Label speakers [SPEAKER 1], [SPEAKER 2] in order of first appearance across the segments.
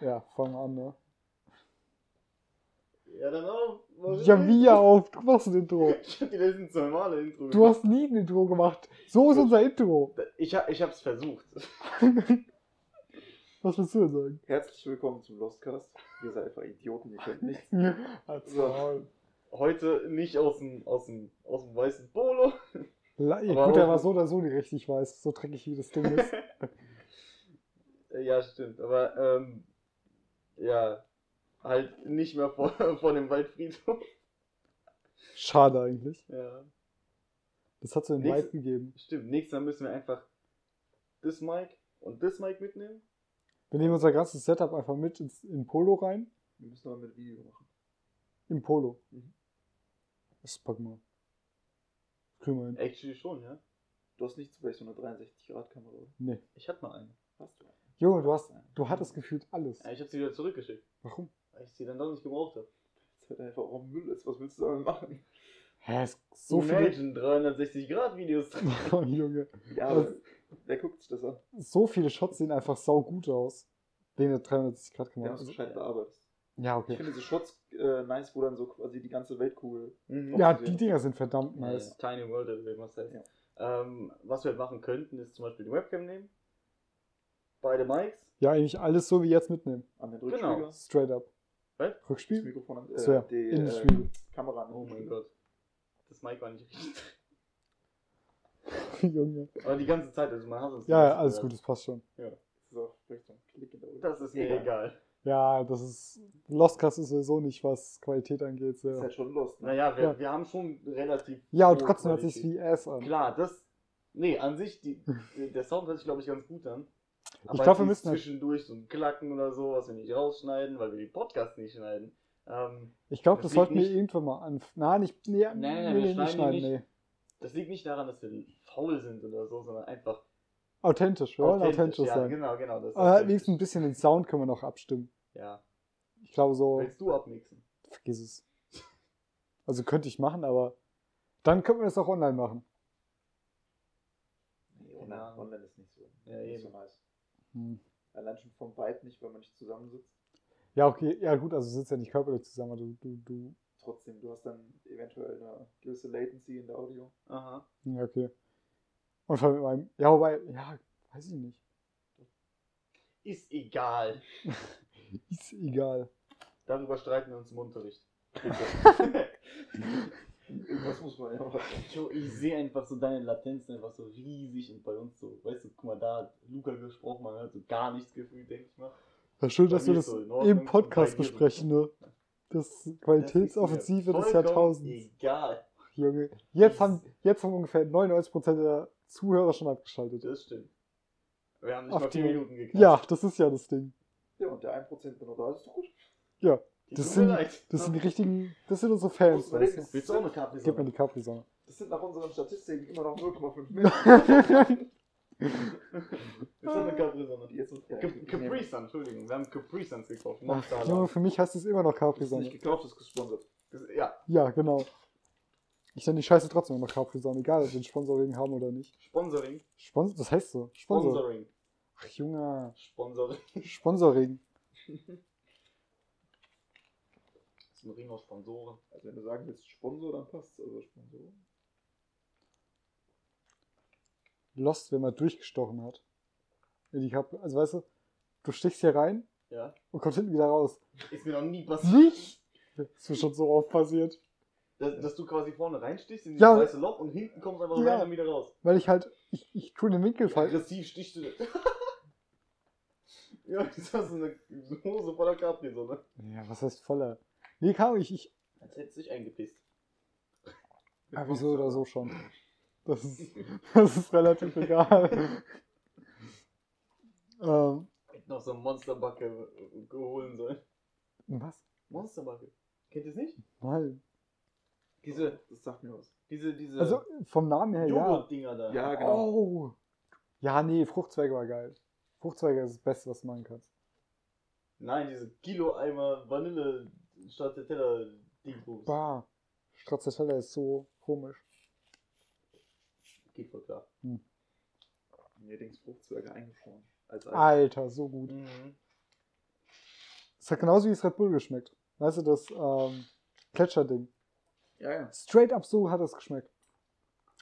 [SPEAKER 1] Ja, fang an, ne?
[SPEAKER 2] Ja, dann auch. Warum?
[SPEAKER 1] Ja, wie ja auf, du machst ein Intro.
[SPEAKER 2] Ich hab die letzten zwei Male Intro
[SPEAKER 1] Du hast nie ein Intro gemacht. So ist unser Intro.
[SPEAKER 2] gemacht. Ich, ha- ich hab's versucht.
[SPEAKER 1] Was willst du denn sagen?
[SPEAKER 2] Herzlich willkommen zum Lostcast. Ihr seid einfach Idioten, ihr könnt nichts.
[SPEAKER 1] Also,
[SPEAKER 2] Heute nicht aus dem, aus dem, aus dem weißen Polo.
[SPEAKER 1] La- ja,
[SPEAKER 2] Aber
[SPEAKER 1] gut, er
[SPEAKER 2] auch-
[SPEAKER 1] war so oder so nicht richtig weiß, so dreckig wie das Ding ist.
[SPEAKER 2] Äh, Ja, stimmt. Aber, ähm, ja, halt nicht mehr vor, vor dem Waldfriedhof.
[SPEAKER 1] Schade eigentlich.
[SPEAKER 2] Ja,
[SPEAKER 1] Das hat so den
[SPEAKER 2] Nächste-
[SPEAKER 1] Vibe gegeben.
[SPEAKER 2] stimmt. Nächstes Mal müssen wir einfach das Mic und das Mic mitnehmen.
[SPEAKER 1] Wir nehmen unser ganzes Setup einfach mit ins, in Polo rein.
[SPEAKER 2] Wir müssen aber mit Video machen.
[SPEAKER 1] Im Polo.
[SPEAKER 2] Mhm.
[SPEAKER 1] Das packen wir. Kriegen wir hin.
[SPEAKER 2] Actually schon, ja.
[SPEAKER 3] Du hast nicht vielleicht so eine 63-Grad-Kamera, oder?
[SPEAKER 1] Nee.
[SPEAKER 2] Ich hatte mal eine.
[SPEAKER 3] Hast du?
[SPEAKER 1] Junge, du hast, du hattest gefühlt alles.
[SPEAKER 2] Ja, ich hab sie wieder zurückgeschickt,
[SPEAKER 1] Warum?
[SPEAKER 2] weil ich sie dann doch nicht gebraucht habe.
[SPEAKER 3] Das ist halt einfach auch Müll ist. Was willst du damit machen?
[SPEAKER 1] Hä, es so viele,
[SPEAKER 2] Imagine 360 Grad Videos.
[SPEAKER 1] oh, Junge.
[SPEAKER 3] Ja, aber wer guckt sich das an?
[SPEAKER 1] so viele Shots sehen einfach sau gut aus. Den der 360 Grad
[SPEAKER 3] Der
[SPEAKER 1] Kamera.
[SPEAKER 3] muss wahrscheinlich bearbeitet.
[SPEAKER 1] Also, Ja,
[SPEAKER 3] Ich
[SPEAKER 1] okay.
[SPEAKER 3] finde diese Shots äh, nice, wo dann so quasi die ganze Weltkugel.
[SPEAKER 2] Mhm.
[SPEAKER 1] Ja,
[SPEAKER 3] gesehen.
[SPEAKER 1] die Dinger sind verdammt
[SPEAKER 2] Ja,
[SPEAKER 1] nice.
[SPEAKER 2] Tiny World oder wie man das heißt. Ähm, was wir machen könnten, ist zum Beispiel die Webcam nehmen, beide Mics,
[SPEAKER 1] Ja, eigentlich alles so wie jetzt mitnehmen.
[SPEAKER 3] An den
[SPEAKER 2] Genau.
[SPEAKER 3] Rückspiegel.
[SPEAKER 1] Straight up.
[SPEAKER 2] Was?
[SPEAKER 3] Das
[SPEAKER 1] Rückspiel?
[SPEAKER 3] Mikrofon an äh,
[SPEAKER 1] So, ja.
[SPEAKER 3] die
[SPEAKER 1] In den
[SPEAKER 3] äh,
[SPEAKER 1] Spiegel.
[SPEAKER 3] Kamera an den
[SPEAKER 2] oh mein
[SPEAKER 3] Rückspiegel.
[SPEAKER 2] Gott, das Mic war nicht richtig.
[SPEAKER 1] Junge.
[SPEAKER 2] Aber die ganze Zeit, also man hat uns
[SPEAKER 1] Ja,
[SPEAKER 2] nicht
[SPEAKER 1] ja, alles gut,
[SPEAKER 2] gehört.
[SPEAKER 1] das passt schon.
[SPEAKER 3] Das ist auch vielleicht so ein Klick in der Ohren.
[SPEAKER 2] Das ist mir
[SPEAKER 3] Ja.
[SPEAKER 2] egal.
[SPEAKER 1] Ja, das ist. Lostcast ist sowieso nicht, was Qualität angeht.
[SPEAKER 3] ist
[SPEAKER 1] Sehr.
[SPEAKER 3] halt schon lost. Ne?
[SPEAKER 2] Naja, wir,
[SPEAKER 1] Ja.
[SPEAKER 2] wir haben schon relativ.
[SPEAKER 1] Ja, und
[SPEAKER 2] hohe
[SPEAKER 1] trotzdem hört sich wie
[SPEAKER 2] Qualität.
[SPEAKER 1] Ass an.
[SPEAKER 2] Klar, das. Nee, an sich, die, der Sound hört sich, glaube ich, ganz gut an. Aber
[SPEAKER 1] Ich glaub, wir
[SPEAKER 2] dieses
[SPEAKER 1] müssen halt-
[SPEAKER 2] zwischendurch so ein Klacken oder so, was wir nicht rausschneiden, weil wir die Podcasts nicht schneiden. Ähm,
[SPEAKER 1] Ich glaube,
[SPEAKER 2] Das
[SPEAKER 1] das sollten
[SPEAKER 2] liegt
[SPEAKER 1] wir
[SPEAKER 2] nicht-
[SPEAKER 1] irgendwann mal an. Nein, nicht. Nee, nee,
[SPEAKER 2] nee,
[SPEAKER 1] nee, nee
[SPEAKER 2] wir schneiden die
[SPEAKER 1] nicht schneiden,
[SPEAKER 2] nicht.
[SPEAKER 1] nee.
[SPEAKER 2] das liegt nicht daran, dass wir faul sind oder so, sondern einfach
[SPEAKER 1] Authentisch, wir wollen authentisch
[SPEAKER 2] ja,
[SPEAKER 1] sein.
[SPEAKER 2] Genau, genau. Das ist
[SPEAKER 1] Aber halt
[SPEAKER 2] authentisch.
[SPEAKER 1] wenigstens ein bisschen den Sound können wir noch abstimmen.
[SPEAKER 2] Ja.
[SPEAKER 1] Ich glaube so.
[SPEAKER 2] Willst du abmixen?
[SPEAKER 1] Vergiss es. Also könnte ich machen, aber dann könnten wir das auch online machen.
[SPEAKER 3] Nee, online, online ist nicht so.
[SPEAKER 2] Ja,
[SPEAKER 3] nicht
[SPEAKER 2] eben.
[SPEAKER 3] so nice.
[SPEAKER 1] Hm.
[SPEAKER 3] Allein schon vom Vibe nicht, weil man nicht zusammensitzt.
[SPEAKER 1] Ja, okay, ja gut, also sitzt ja nicht körperlich zusammen, aber du, du, du.
[SPEAKER 3] Trotzdem, du hast dann eventuell eine gewisse Latency in der Audio.
[SPEAKER 2] Aha.
[SPEAKER 1] hm, Ja, okay. Und vor allem mit meinem. Ja, wobei, ja, weiß ich nicht.
[SPEAKER 2] Ist egal.
[SPEAKER 1] Ist egal.
[SPEAKER 2] Darüber streiten wir uns im Unterricht.
[SPEAKER 3] Irgendwas muss man ja machen.
[SPEAKER 2] Jo, ich sehe einfach so deine Latenzen einfach so riesig und bei uns so, weißt du, guck mal, da hat Luca gesprochen, man hat so gar nichts gefühlt, denke ich mal.
[SPEAKER 1] Ja, schön,
[SPEAKER 2] Bei
[SPEAKER 1] dass
[SPEAKER 2] mir
[SPEAKER 1] wir das
[SPEAKER 2] ist so in Ordnung
[SPEAKER 1] im
[SPEAKER 2] und
[SPEAKER 1] Podcast
[SPEAKER 2] bei dir so.
[SPEAKER 1] besprechen, ne? Das Qualitätsoffensive
[SPEAKER 2] Das
[SPEAKER 1] des
[SPEAKER 2] ist mir vollkommen
[SPEAKER 1] Jahrtausends.
[SPEAKER 2] Egal.
[SPEAKER 1] Junge. Jetzt haben, jetzt haben ungefähr 99% der Zuhörer schon abgeschaltet.
[SPEAKER 2] Das stimmt. Wir haben nicht
[SPEAKER 1] Auf
[SPEAKER 2] mal vier
[SPEAKER 1] die-
[SPEAKER 2] Minuten gekriegt.
[SPEAKER 1] Ja, das ist ja das Ding.
[SPEAKER 3] Ja, und der 1% bin noch da, das ist doch gut.
[SPEAKER 1] das
[SPEAKER 2] Das
[SPEAKER 1] sind-
[SPEAKER 2] sind, leid.
[SPEAKER 1] Das sind die richtigen, das sind unsere Fans.
[SPEAKER 3] Muss man
[SPEAKER 1] weißt
[SPEAKER 2] Willst du auch eine Karte
[SPEAKER 1] du? Gib mir die Capri-Sonne.
[SPEAKER 3] Das sind nach unseren Statistiken immer noch 0,5 Millionen.
[SPEAKER 2] Willst du auch eine Capri Sonne?
[SPEAKER 3] Die jetzt äh, noch- ja,
[SPEAKER 2] Cap-
[SPEAKER 3] ich-
[SPEAKER 2] Capri Sun, Entschuldigung, wir haben Capri Suns gekauft.
[SPEAKER 1] Ach,
[SPEAKER 2] Monster.
[SPEAKER 1] Junge, für mich heißt es immer noch
[SPEAKER 3] Das ist nicht
[SPEAKER 1] Capri-Sonne.
[SPEAKER 3] gekauft, das ist gesponsert.
[SPEAKER 2] Das- Ja,
[SPEAKER 1] Ja, genau. Ich nenne die Scheiße trotzdem immer noch Capri-Sonne, egal ob wir ein Sponsoring haben oder nicht.
[SPEAKER 2] Sponsoring.
[SPEAKER 1] Sponsor, das heißt so. Sponsor.
[SPEAKER 2] Sponsoring.
[SPEAKER 1] Ach, Junge.
[SPEAKER 2] Sponsoring.
[SPEAKER 1] Sponsoring.
[SPEAKER 2] Das ist ein Ring aus Sponsoren.
[SPEAKER 3] Also wenn du sagen willst Sponsor, dann passt es.
[SPEAKER 2] also
[SPEAKER 3] Aber Sponsor.
[SPEAKER 1] Lost, wenn man durchgestochen hat. In die Capri also weißt du, du stichst hier rein
[SPEAKER 2] Ja.
[SPEAKER 1] und kommst hinten wieder raus.
[SPEAKER 2] Ist mir noch nie passiert,
[SPEAKER 1] Nicht? Das ist mir schon so oft passiert.
[SPEAKER 2] dass, dass du quasi vorne reinstichst in dieses
[SPEAKER 1] Ja.
[SPEAKER 2] weiße Loch und hinten kommst einfach
[SPEAKER 1] Ja.
[SPEAKER 2] rein und wieder raus.
[SPEAKER 1] Weil ich halt, ich, ich tue den Winkel falsch.
[SPEAKER 2] Aggressiv stichst du. ja, jetzt hast du eine Hose voller Capri-Sonne.
[SPEAKER 1] Ja, was heißt voller? Nee, kam ich, ich,
[SPEAKER 2] Als hättest du dich eingepisst.
[SPEAKER 1] Ah, wieso oder so schon. Das ist, das ist relativ egal. ähm,
[SPEAKER 2] Hätte noch so eine Monsterbacke äh, geholen sollen.
[SPEAKER 1] was?
[SPEAKER 2] Monsterbacke. Kennt ihr es nicht?
[SPEAKER 1] Nein.
[SPEAKER 2] Diese,
[SPEAKER 3] Das sagt mir was.
[SPEAKER 2] diese, diese
[SPEAKER 1] Also vom Namen her ja.
[SPEAKER 2] Joghurt-Dinger da.
[SPEAKER 3] Ja, genau.
[SPEAKER 1] Oh. Ja, nee, Fruchtzweige war geil. Fruchtzweige ist das Beste, was du machen kannst.
[SPEAKER 2] Nein, diese Kilo-Eimer Vanille statt der Teller-Dingsbums.
[SPEAKER 1] Bah. Stracciatella ist so komisch.
[SPEAKER 2] Geht voll klar.
[SPEAKER 1] Hm. Ah.
[SPEAKER 3] Mir Dings Fruchtzwerge eingeschworen. Als
[SPEAKER 1] Alter, so gut.
[SPEAKER 2] Mhm.
[SPEAKER 1] Es hat genauso wie es Red Bull geschmeckt. Weißt du, das ähm, Gletscherding.
[SPEAKER 3] Ja, ja.
[SPEAKER 1] Straight up so hat es geschmeckt.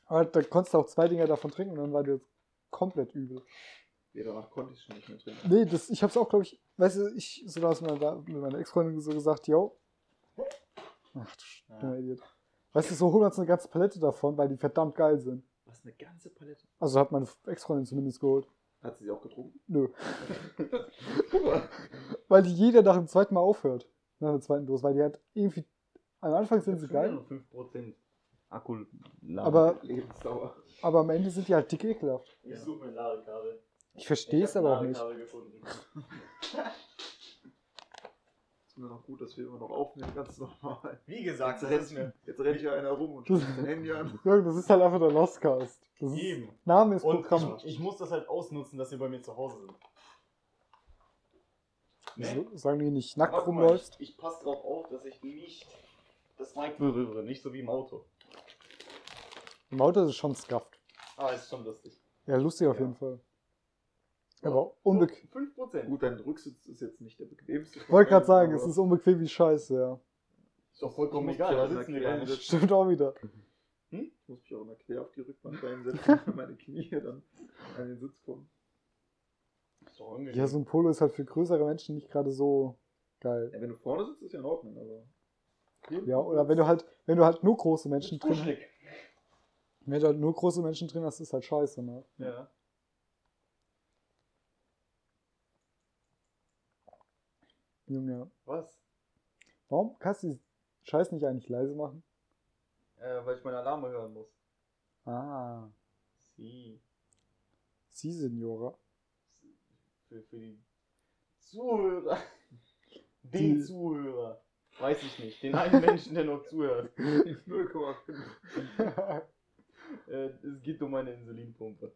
[SPEAKER 1] Aber da konntest du auch zwei Dinger davon trinken und dann war dir komplett übel.
[SPEAKER 3] Nee, danach konnte ich schon nicht mehr trinken.
[SPEAKER 1] Nee, das, ich hab's auch, glaube ich, weißt du, ich so da mit meiner, mit meiner Ex-Freundin so gesagt, yo. Ach du
[SPEAKER 3] Ja.
[SPEAKER 1] ja. Idiot. Weißt du, so holen wir uns eine ganze Palette davon, weil die verdammt geil sind.
[SPEAKER 3] Was, eine ganze Palette?
[SPEAKER 1] Also hat meine Ex-Freundin zumindest geholt.
[SPEAKER 3] Hat sie sie auch getrunken?
[SPEAKER 1] Nö.
[SPEAKER 3] Super.
[SPEAKER 1] Weil die jeder nach dem zweiten Mal aufhört. Nach der zweiten Dose, weil die hat irgendwie. Am Anfang sind sie geil,
[SPEAKER 2] Nur 5% Akku.
[SPEAKER 1] aber,
[SPEAKER 3] Lebensdauer.
[SPEAKER 1] aber am Ende sind die halt dick ekelhaft.
[SPEAKER 3] Ja.
[SPEAKER 2] suche mir ein Ladekabel.
[SPEAKER 1] Ich verstehe es aber auch nicht.
[SPEAKER 2] gefunden.
[SPEAKER 3] Ist mir noch gut, dass wir immer noch aufnehmen, ganz normal.
[SPEAKER 2] Wie gesagt,
[SPEAKER 3] Jetzt rennt, jetzt rennt hier einer rum und schmeißt sein Handy an.
[SPEAKER 1] Jürgen, das ist halt einfach der Lostcast. Das ist,
[SPEAKER 4] genau. Eben.
[SPEAKER 1] Name ist
[SPEAKER 4] Und
[SPEAKER 1] Programm.
[SPEAKER 4] ich, ich muss das halt ausnutzen, dass ihr bei mir zu Hause sind.
[SPEAKER 1] Wieso Sagen die nicht
[SPEAKER 2] Aber
[SPEAKER 1] nackt
[SPEAKER 2] guck Ne? mal,
[SPEAKER 1] rumläufst.
[SPEAKER 2] ich, ich passe drauf auf, dass ich nicht das Mic berühre, nicht so wie im Auto.
[SPEAKER 1] Im Auto ist es schon skafft.
[SPEAKER 2] Ah, ist schon lustig.
[SPEAKER 1] Ja, lustig auf
[SPEAKER 2] Ja.
[SPEAKER 1] jeden Fall. Aber unbequem.
[SPEAKER 2] 5%.
[SPEAKER 3] Gut, dein Rücksitz ist jetzt nicht der bequemste.
[SPEAKER 1] Ich wollte gerade sagen,
[SPEAKER 3] Aber
[SPEAKER 1] es ist unbequem wie Scheiße, ja.
[SPEAKER 2] Ist doch vollkommen
[SPEAKER 3] Ich muss
[SPEAKER 2] egal,
[SPEAKER 3] ja
[SPEAKER 2] da
[SPEAKER 3] mal
[SPEAKER 2] sitzen wir gar
[SPEAKER 3] erklären,
[SPEAKER 2] nicht.
[SPEAKER 1] Stimmt auch wieder. Hm?
[SPEAKER 3] Ich muss mich auch immer quer auf die Rückbank reinsetzen, wenn meine Knie dann an den Sitz kommen.
[SPEAKER 2] Ist doch ungenehm.
[SPEAKER 1] Ja, so ein Polo ist halt für größere Menschen nicht gerade so geil.
[SPEAKER 3] Ja, wenn du vorne sitzt, ist ja in Ordnung, aber.
[SPEAKER 1] Ja, oder wenn du halt, wenn du halt nur große Menschen
[SPEAKER 2] Ist
[SPEAKER 1] drin
[SPEAKER 2] kuschelig.
[SPEAKER 1] Wenn du halt nur große Menschen drin hast, ist halt scheiße, ne?
[SPEAKER 2] Ja.
[SPEAKER 1] Junge.
[SPEAKER 2] Was?
[SPEAKER 1] Warum kannst du die Scheiß nicht eigentlich leise machen?
[SPEAKER 2] Äh, weil ich meine Alarme hören muss.
[SPEAKER 1] Ah.
[SPEAKER 2] Sie.
[SPEAKER 1] Sie, Signora.
[SPEAKER 2] Für, für die Zuhörer.
[SPEAKER 1] Die-
[SPEAKER 2] Den Zuhörer. Weiß ich nicht. Den einen Menschen, der noch zuhört.
[SPEAKER 3] 0,5.
[SPEAKER 2] Äh, es geht um meine Insulinpumpe.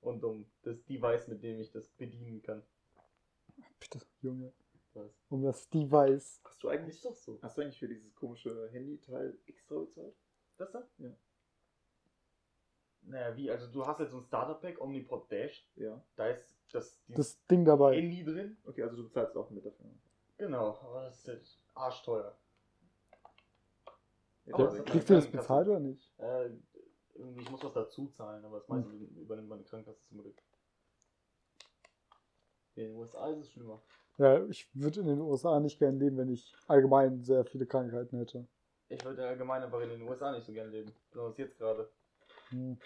[SPEAKER 2] Und um das Device, mit dem ich das bedienen kann.
[SPEAKER 1] Bitte, Junge.
[SPEAKER 2] Was?
[SPEAKER 1] Um das Device.
[SPEAKER 3] Hast du eigentlich,
[SPEAKER 2] Ist doch so.
[SPEAKER 3] hast du eigentlich für dieses komische Handyteil extra bezahlt?
[SPEAKER 2] Das da?
[SPEAKER 3] Ja.
[SPEAKER 2] Naja, wie? Also du hast jetzt so ein Starter-Pack, Omnipod Dash.
[SPEAKER 3] Ja.
[SPEAKER 2] Da ist das, dieses
[SPEAKER 1] Das Ding dabei.
[SPEAKER 2] Handy drin.
[SPEAKER 3] Okay, also du bezahlst auch mit dafür.
[SPEAKER 2] Genau, aber das ist jetzt arschteuer.
[SPEAKER 3] Ja,
[SPEAKER 2] Aber
[SPEAKER 1] Ja,
[SPEAKER 2] das ist
[SPEAKER 1] kriegst du das
[SPEAKER 2] eine Krankenkasse.
[SPEAKER 1] bezahlt oder Hm. nicht?
[SPEAKER 2] Äh, irgendwie, ich muss was dazu zahlen, aber das meiste übernimmt meine Krankenkasse zum Glück. In den USA ist es schlimmer.
[SPEAKER 1] Ja, ich würde in den USA nicht gern leben, wenn ich allgemein sehr viele Krankheiten hätte.
[SPEAKER 2] Ich würde allgemein einfach in den USA nicht so gerne leben. Besonders jetzt gerade.
[SPEAKER 1] Hm.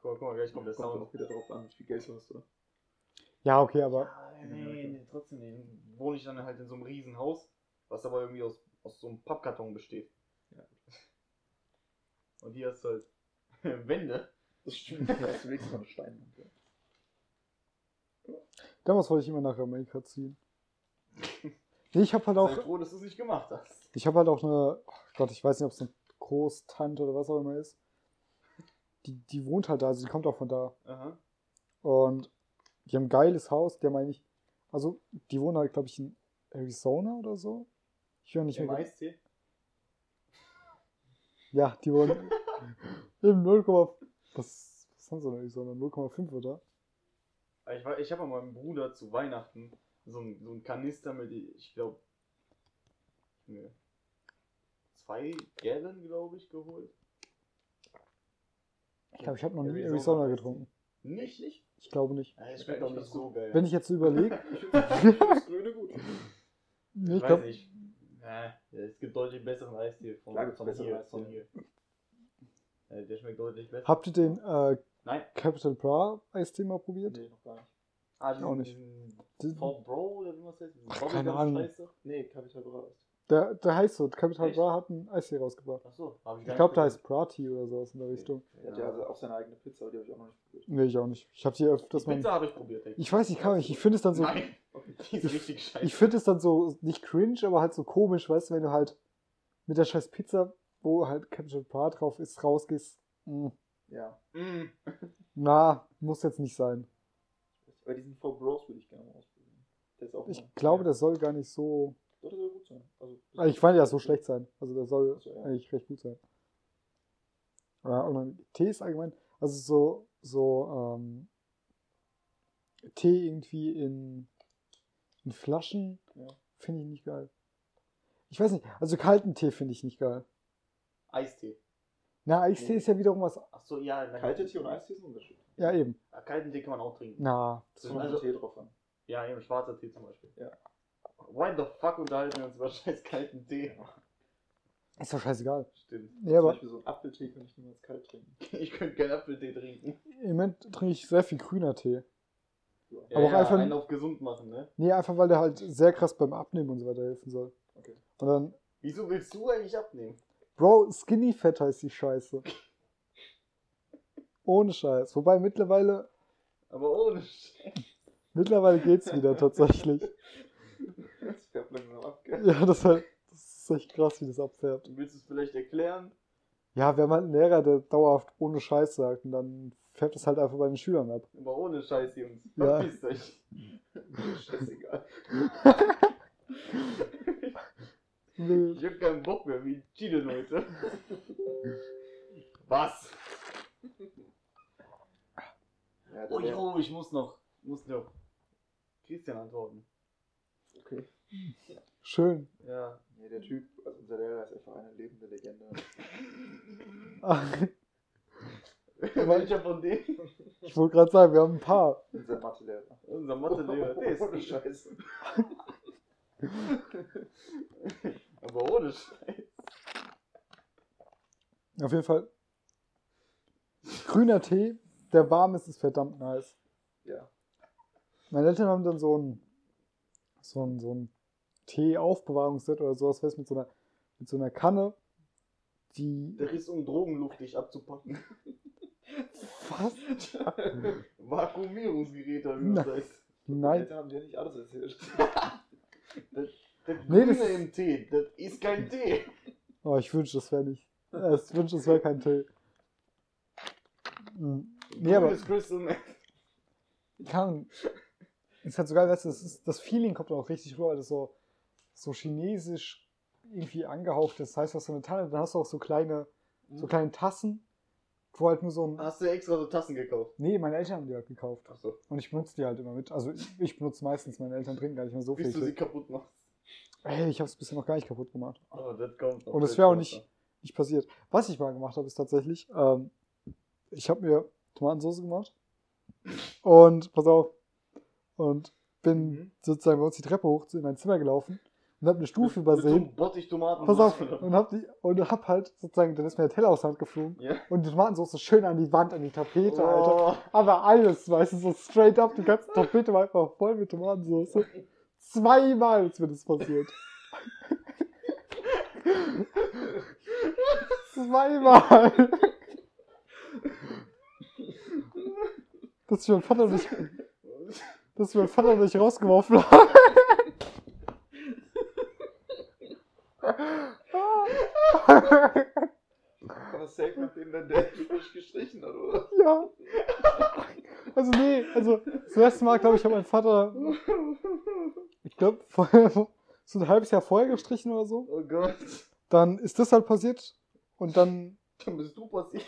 [SPEAKER 2] Guck, mal, guck mal, gleich kommt der
[SPEAKER 3] kommt
[SPEAKER 2] Sound.
[SPEAKER 3] auch wieder drauf an, wie viel Geld du hast, oder?
[SPEAKER 1] Ja, okay, aber
[SPEAKER 2] Ah, nee, nee, trotzdem nee. wohne ich dann halt in so einem riesen Haus, was aber irgendwie aus, aus so einem Pappkarton besteht.
[SPEAKER 3] Ja.
[SPEAKER 2] Und hier hast du halt Wände.
[SPEAKER 3] Das stimmt. Da hast du wenigstens noch eine Steinwand. Ja.
[SPEAKER 1] damals wollte ich immer nach Amerika ziehen. Nee, ich habe halt auch
[SPEAKER 2] Sei froh, dass du es nicht gemacht hast.
[SPEAKER 1] Ich habe halt auch eine, oh Gott, ich weiß nicht, ob es eine Großtante oder was auch immer ist. Die, die wohnt halt da, also die kommt auch von da.
[SPEAKER 2] Aha.
[SPEAKER 1] Und die haben ein geiles Haus, die haben eigentlich, also die wohnen halt, glaube ich, in Arizona oder so. Ich höre nicht
[SPEAKER 2] Im
[SPEAKER 1] mehr.
[SPEAKER 2] Eistee?
[SPEAKER 1] Ja, die wohnen im 0, was, was haben sie in Arizona? 0,5 oder?
[SPEAKER 2] Aber Ich, war- ich habe meinem Bruder zu Weihnachten so einen so einen Kanister mit, ich glaube, ne, zwei Gallon, glaube ich, geholt.
[SPEAKER 1] Ich glaube, ich habe noch nie
[SPEAKER 2] Arizona
[SPEAKER 1] Arizona
[SPEAKER 2] Eistee.
[SPEAKER 1] getrunken.
[SPEAKER 2] Nicht, nicht?
[SPEAKER 1] Ich glaube nicht.
[SPEAKER 2] Ja, das
[SPEAKER 3] schmeckt
[SPEAKER 2] schmeckt
[SPEAKER 3] auch
[SPEAKER 2] auch nicht
[SPEAKER 3] ganz
[SPEAKER 2] so geil.
[SPEAKER 1] Wenn ich jetzt so überlege,
[SPEAKER 3] Ich finde das Grüne gut.
[SPEAKER 1] nee, ich
[SPEAKER 2] weiß
[SPEAKER 1] glaube,
[SPEAKER 2] nicht. Ja, es gibt deutlich besseren Eistee von,
[SPEAKER 3] Klar gibt's
[SPEAKER 2] von,
[SPEAKER 3] besseren
[SPEAKER 2] hier,
[SPEAKER 3] Eistee.
[SPEAKER 2] von hier. Äh, der schmeckt deutlich besser.
[SPEAKER 1] habt ihr den äh,
[SPEAKER 2] Nein.
[SPEAKER 1] Capital Bra Eistee mal probiert?
[SPEAKER 3] Nee, noch gar nicht.
[SPEAKER 2] Ah,
[SPEAKER 1] auch
[SPEAKER 2] diesen-
[SPEAKER 1] nicht.
[SPEAKER 2] diesen
[SPEAKER 1] Den-
[SPEAKER 2] Von Bro oder wie man es heißt? diesen
[SPEAKER 1] Ach, keine
[SPEAKER 2] Bubblegum
[SPEAKER 1] Ahnung.
[SPEAKER 2] Scheiße?
[SPEAKER 3] Nee, Capital
[SPEAKER 2] halt
[SPEAKER 3] Bra ist.
[SPEAKER 1] Der, der heißt so, Capital
[SPEAKER 2] Echt?
[SPEAKER 1] Bra hat einen Eistee rausgebracht.
[SPEAKER 2] Ach so, hab ich gar
[SPEAKER 1] Ich glaube,
[SPEAKER 2] nicht
[SPEAKER 1] da
[SPEAKER 2] gesehen.
[SPEAKER 1] heißt Prati oder sowas in der Richtung.
[SPEAKER 3] Er hat ja also auch seine eigene Pizza, aber die habe ich auch noch nicht probiert.
[SPEAKER 1] Nee, ich auch nicht. Ich habe die öfters
[SPEAKER 2] Die
[SPEAKER 1] mal.
[SPEAKER 2] Pizza habe ich probiert, ey.
[SPEAKER 1] Ich weiß, ich kann nicht. Ich finde es dann so.
[SPEAKER 2] Nein, die ist richtig scheiße.
[SPEAKER 1] Ich finde es dann so nicht cringe, aber halt so komisch, weißt du, wenn du halt mit der scheiß Pizza, wo halt Captain Bra drauf ist, rausgehst. Mm,
[SPEAKER 3] Ja.
[SPEAKER 2] Mm.
[SPEAKER 1] na, muss jetzt nicht sein.
[SPEAKER 3] Aber diesen Four Bros würde ich gerne mal ausprobieren. Der ist auch.
[SPEAKER 1] Ich
[SPEAKER 3] mal-
[SPEAKER 1] glaube,
[SPEAKER 3] ja.
[SPEAKER 1] das soll gar nicht so.
[SPEAKER 3] Doch, der soll gut sein. Also,
[SPEAKER 1] Ah, Ich fand ja so schlecht sein. Also der soll
[SPEAKER 3] Ach so, ja.
[SPEAKER 1] eigentlich recht gut sein. Ja, und dann Tee ist allgemein, also so, so ähm, Tee irgendwie in, in Flaschen
[SPEAKER 3] Ja.
[SPEAKER 1] finde ich nicht geil. Ich weiß nicht, also kalten Tee finde ich nicht geil.
[SPEAKER 2] Eistee.
[SPEAKER 1] Na, Eistee
[SPEAKER 2] Nee.
[SPEAKER 1] ist ja wiederum was.
[SPEAKER 2] Achso, ja. na-
[SPEAKER 3] Kalte Tee und Eistee sind unterschiedlich.
[SPEAKER 1] Ja, eben.
[SPEAKER 2] Ah, Kalten Tee kann man auch trinken.
[SPEAKER 1] Na,
[SPEAKER 3] Das kommt also,
[SPEAKER 2] Also-
[SPEAKER 3] Tee drauf an.
[SPEAKER 2] Ja, eben schwarzer Tee zum Beispiel.
[SPEAKER 3] Ja.
[SPEAKER 2] Why the fuck unterhalten wir uns über scheiß kalten Tee?
[SPEAKER 1] ist doch scheißegal.
[SPEAKER 2] Stimmt.
[SPEAKER 1] Ja,
[SPEAKER 3] Zum
[SPEAKER 1] aber
[SPEAKER 3] Beispiel so einen Apfeltee kann ich niemals kalt trinken.
[SPEAKER 2] Ich könnte keinen Apfeltee trinken.
[SPEAKER 1] im Moment trinke ich sehr viel grüner Tee.
[SPEAKER 2] Ja,
[SPEAKER 1] Aber auch
[SPEAKER 2] ja,
[SPEAKER 1] einfach-
[SPEAKER 2] einen auf gesund machen, ne?
[SPEAKER 1] Nee, einfach weil der halt sehr krass beim Abnehmen und so weiter helfen soll.
[SPEAKER 3] Okay.
[SPEAKER 1] Und dann,
[SPEAKER 2] Wieso willst du eigentlich abnehmen?
[SPEAKER 1] Bro, Skinny Fat heißt die Scheiße. Ohne Scheiß. Wobei mittlerweile,
[SPEAKER 2] Aber ohne Scheiß.
[SPEAKER 1] mittlerweile geht's wieder tatsächlich.
[SPEAKER 3] Das färbt langsam ab, gell?
[SPEAKER 1] Ja, das ist, halt, das ist echt krass, wie das abfärbt.
[SPEAKER 2] Willst du es vielleicht erklären?
[SPEAKER 1] Ja, wir haben halt einen Lehrer, der dauerhaft ohne Scheiß sagt und dann färbt es halt einfach bei den Schülern ab.
[SPEAKER 2] Aber ohne Scheiß, Jungs.
[SPEAKER 1] Ja.
[SPEAKER 2] Verpisst euch.
[SPEAKER 3] Scheißegal.
[SPEAKER 1] Nee.
[SPEAKER 2] Ich hab keinen Bock mehr, wie Chile, Leute. Was?
[SPEAKER 3] Ja,
[SPEAKER 2] Oh,
[SPEAKER 3] der-
[SPEAKER 2] jo, ich muss noch. Muss noch. Christian antworten.
[SPEAKER 3] Okay.
[SPEAKER 1] Schön.
[SPEAKER 2] Ja.
[SPEAKER 3] Nee, der Typ, also unser Lehrer ist einfach eine lebende Legende.
[SPEAKER 2] Welcher von denen?
[SPEAKER 1] Ich wollte gerade sagen, wir haben ein paar.
[SPEAKER 3] Unser Mathelehrer.
[SPEAKER 2] Unser Mathelehrer, der ist
[SPEAKER 3] Ohne
[SPEAKER 2] gut.
[SPEAKER 3] Scheiße.
[SPEAKER 2] Aber ohne Scheiß.
[SPEAKER 1] Auf jeden Fall. Grüner Tee, der warm ist, ist verdammt nice.
[SPEAKER 3] Ja.
[SPEAKER 1] Meine Eltern haben dann so ein, so ein, so ein Tee-Aufbewahrungsset oder sowas, weißt du, mit so einer, mit so einer Kanne, die.
[SPEAKER 2] Der ist um Drogenluft dich abzupacken.
[SPEAKER 1] Was?
[SPEAKER 2] Vakuumierungsgerät, oder wie das
[SPEAKER 1] Nein.
[SPEAKER 2] heißt.
[SPEAKER 3] Die
[SPEAKER 1] Nein.
[SPEAKER 3] Eltern haben dir nicht alles erzählt.
[SPEAKER 2] Das
[SPEAKER 1] Nee,
[SPEAKER 2] Grüne
[SPEAKER 1] das-
[SPEAKER 2] im Tee, das ist kein Tee.
[SPEAKER 1] Oh, ich wünsche, das wäre nicht. Äh, Ich wünsche, es wäre kein Tee. Hm. Nee, aber
[SPEAKER 2] Grünes Crystal Meth.
[SPEAKER 1] kann. Ist halt so geil, weißt du, das, ist, das Feeling kommt auch richtig rüber, weil das so, so chinesisch irgendwie angehaucht ist. Das heißt, du hast so eine Tanne, dann hast du auch so kleine, so kleine Tassen, wo halt nur so ein.
[SPEAKER 2] Hast du extra so Tassen gekauft?
[SPEAKER 1] Nee, meine Eltern haben die halt gekauft.
[SPEAKER 2] Achso.
[SPEAKER 1] Und ich benutze die halt immer mit. Also ich- ich benutze meistens, meine Eltern trinken gar nicht mehr so viel.
[SPEAKER 2] Bis du sie
[SPEAKER 1] Tee.
[SPEAKER 2] kaputt machst.
[SPEAKER 1] Ey, ich habe es bisher noch gar nicht kaputt gemacht.
[SPEAKER 2] Aber das kommt noch.
[SPEAKER 1] Und es wäre auch nicht, nicht passiert. Was ich mal gemacht habe, ist tatsächlich, ähm, ich habe mir Tomatensauce gemacht. Und, pass auf, und bin
[SPEAKER 2] Mhm.
[SPEAKER 1] sozusagen bei uns die Treppe hoch zu- in mein Zimmer gelaufen und habe eine Stufe
[SPEAKER 2] Mit
[SPEAKER 1] übersehen.
[SPEAKER 2] so Bottich-Tomaten.
[SPEAKER 1] Pass auf, und hab, die, und hab halt sozusagen, dann ist mir der Teller aus der Hand geflogen
[SPEAKER 2] Ja.
[SPEAKER 1] und die Tomatensauce schön an die Wand, an die Tapete, Alter.
[SPEAKER 2] Oh,
[SPEAKER 1] Aber alles, weißt du, so straight up, die ganze Tapete war einfach voll mit Tomatensauce. Zweimal ist mir das passiert. Zweimal. Dass ich mein Vater nicht, dass ich mein Vater nicht rausgeworfen habe.
[SPEAKER 3] Aber safe, nachdem dann der frisch gestrichen hat, oder?
[SPEAKER 1] Ja. Also nee, also das erste Mal, glaube ich, hat mein Vater, ich glaube, so ein halbes Jahr vorher gestrichen oder so.
[SPEAKER 2] oh Gott.
[SPEAKER 1] Dann ist das halt passiert und dann,
[SPEAKER 2] Dann bist du passiert.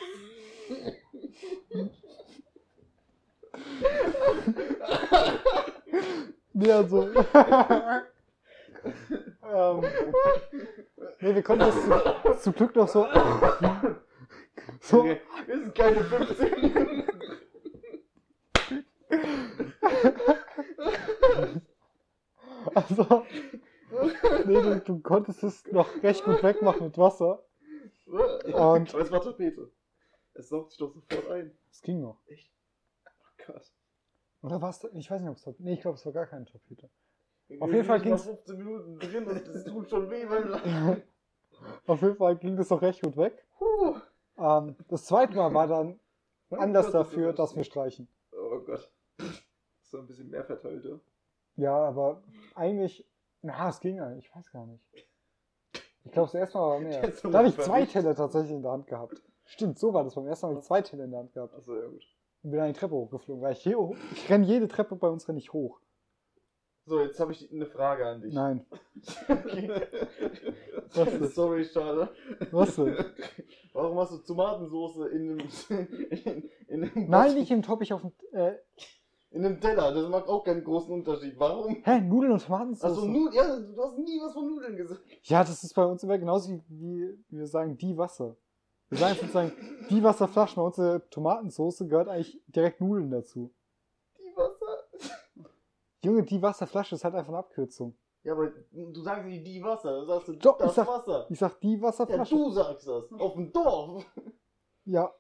[SPEAKER 1] nee, also. ähm, nee, wir konnten das zu, zum Glück noch so. so
[SPEAKER 2] Junge, Wir sind keine 15.
[SPEAKER 1] also, nee, du, du konntest es noch recht gut wegmachen mit Wasser. Und-
[SPEAKER 3] Aber es war Tapete. Es saugt sich doch sofort ein.
[SPEAKER 1] Es ging noch.
[SPEAKER 3] Oh Gott.
[SPEAKER 1] Oder war es, ich weiß nicht, ob es, nee, ich glaube, es war gar keine Tapete. Auf jeden Fall
[SPEAKER 2] Ich war
[SPEAKER 1] ging's-
[SPEAKER 2] 15 Minuten drin und es tut schon weh beim Lachen.
[SPEAKER 1] Auf jeden Fall ging das doch recht gut weg.
[SPEAKER 2] Puh.
[SPEAKER 1] Ähm, das zweite Mal war dann
[SPEAKER 3] Mein
[SPEAKER 1] anders
[SPEAKER 3] Gott, das
[SPEAKER 1] dafür,
[SPEAKER 3] ist-
[SPEAKER 1] dass wir streichen.
[SPEAKER 3] Oh Gott. So ein bisschen mehr verteilt, ja.
[SPEAKER 1] Ja, aber eigentlich, na, es ging eigentlich, ich weiß gar nicht. Ich glaube, das erste Mal war mehr.
[SPEAKER 2] Jetzt
[SPEAKER 1] Da habe ich
[SPEAKER 2] aber
[SPEAKER 1] zwei
[SPEAKER 2] nicht.
[SPEAKER 1] Teller tatsächlich in der Hand gehabt. Stimmt, so war das. Beim ersten Mal habe ich zwei Teller in der Hand gehabt.
[SPEAKER 3] Achso, ja gut.
[SPEAKER 1] Und bin dann die Treppe hochgeflogen, weil ich hier hoch, ich renne jede Treppe bei uns renne ich hoch.
[SPEAKER 2] So, jetzt habe ich eine Frage an dich.
[SPEAKER 1] Nein, was
[SPEAKER 2] Okay.
[SPEAKER 1] ist,
[SPEAKER 2] Sorry, schade.
[SPEAKER 1] was ist?
[SPEAKER 2] Warum hast du Tomatensoße in einem. In, in einem
[SPEAKER 1] Nein, nicht im Teppich auf dem, äh,
[SPEAKER 2] In den Teller, das macht auch keinen großen Unterschied. Warum?
[SPEAKER 1] Hä, Nudeln und Tomatensauce?
[SPEAKER 2] Also Nudeln, ja, du hast nie was von Nudeln gesagt.
[SPEAKER 1] ja, das ist bei uns immer genauso wie, wie wir sagen, die Wasser. Wir sagen sozusagen, die Wasserflaschen, bei unserer Tomatensauce gehört eigentlich direkt Nudeln dazu.
[SPEAKER 2] Die Wasser.
[SPEAKER 1] Junge, die Wasserflasche ist halt einfach eine Abkürzung.
[SPEAKER 2] Ja, aber du sagst nicht die Wasser, du sagst du
[SPEAKER 1] Doch,
[SPEAKER 2] das
[SPEAKER 1] ich sag-
[SPEAKER 2] Wasser.
[SPEAKER 1] Ich sag die
[SPEAKER 2] Ja,
[SPEAKER 1] Wasserflasche.
[SPEAKER 2] du sagst das. Auf dem Dorf.
[SPEAKER 1] Ja,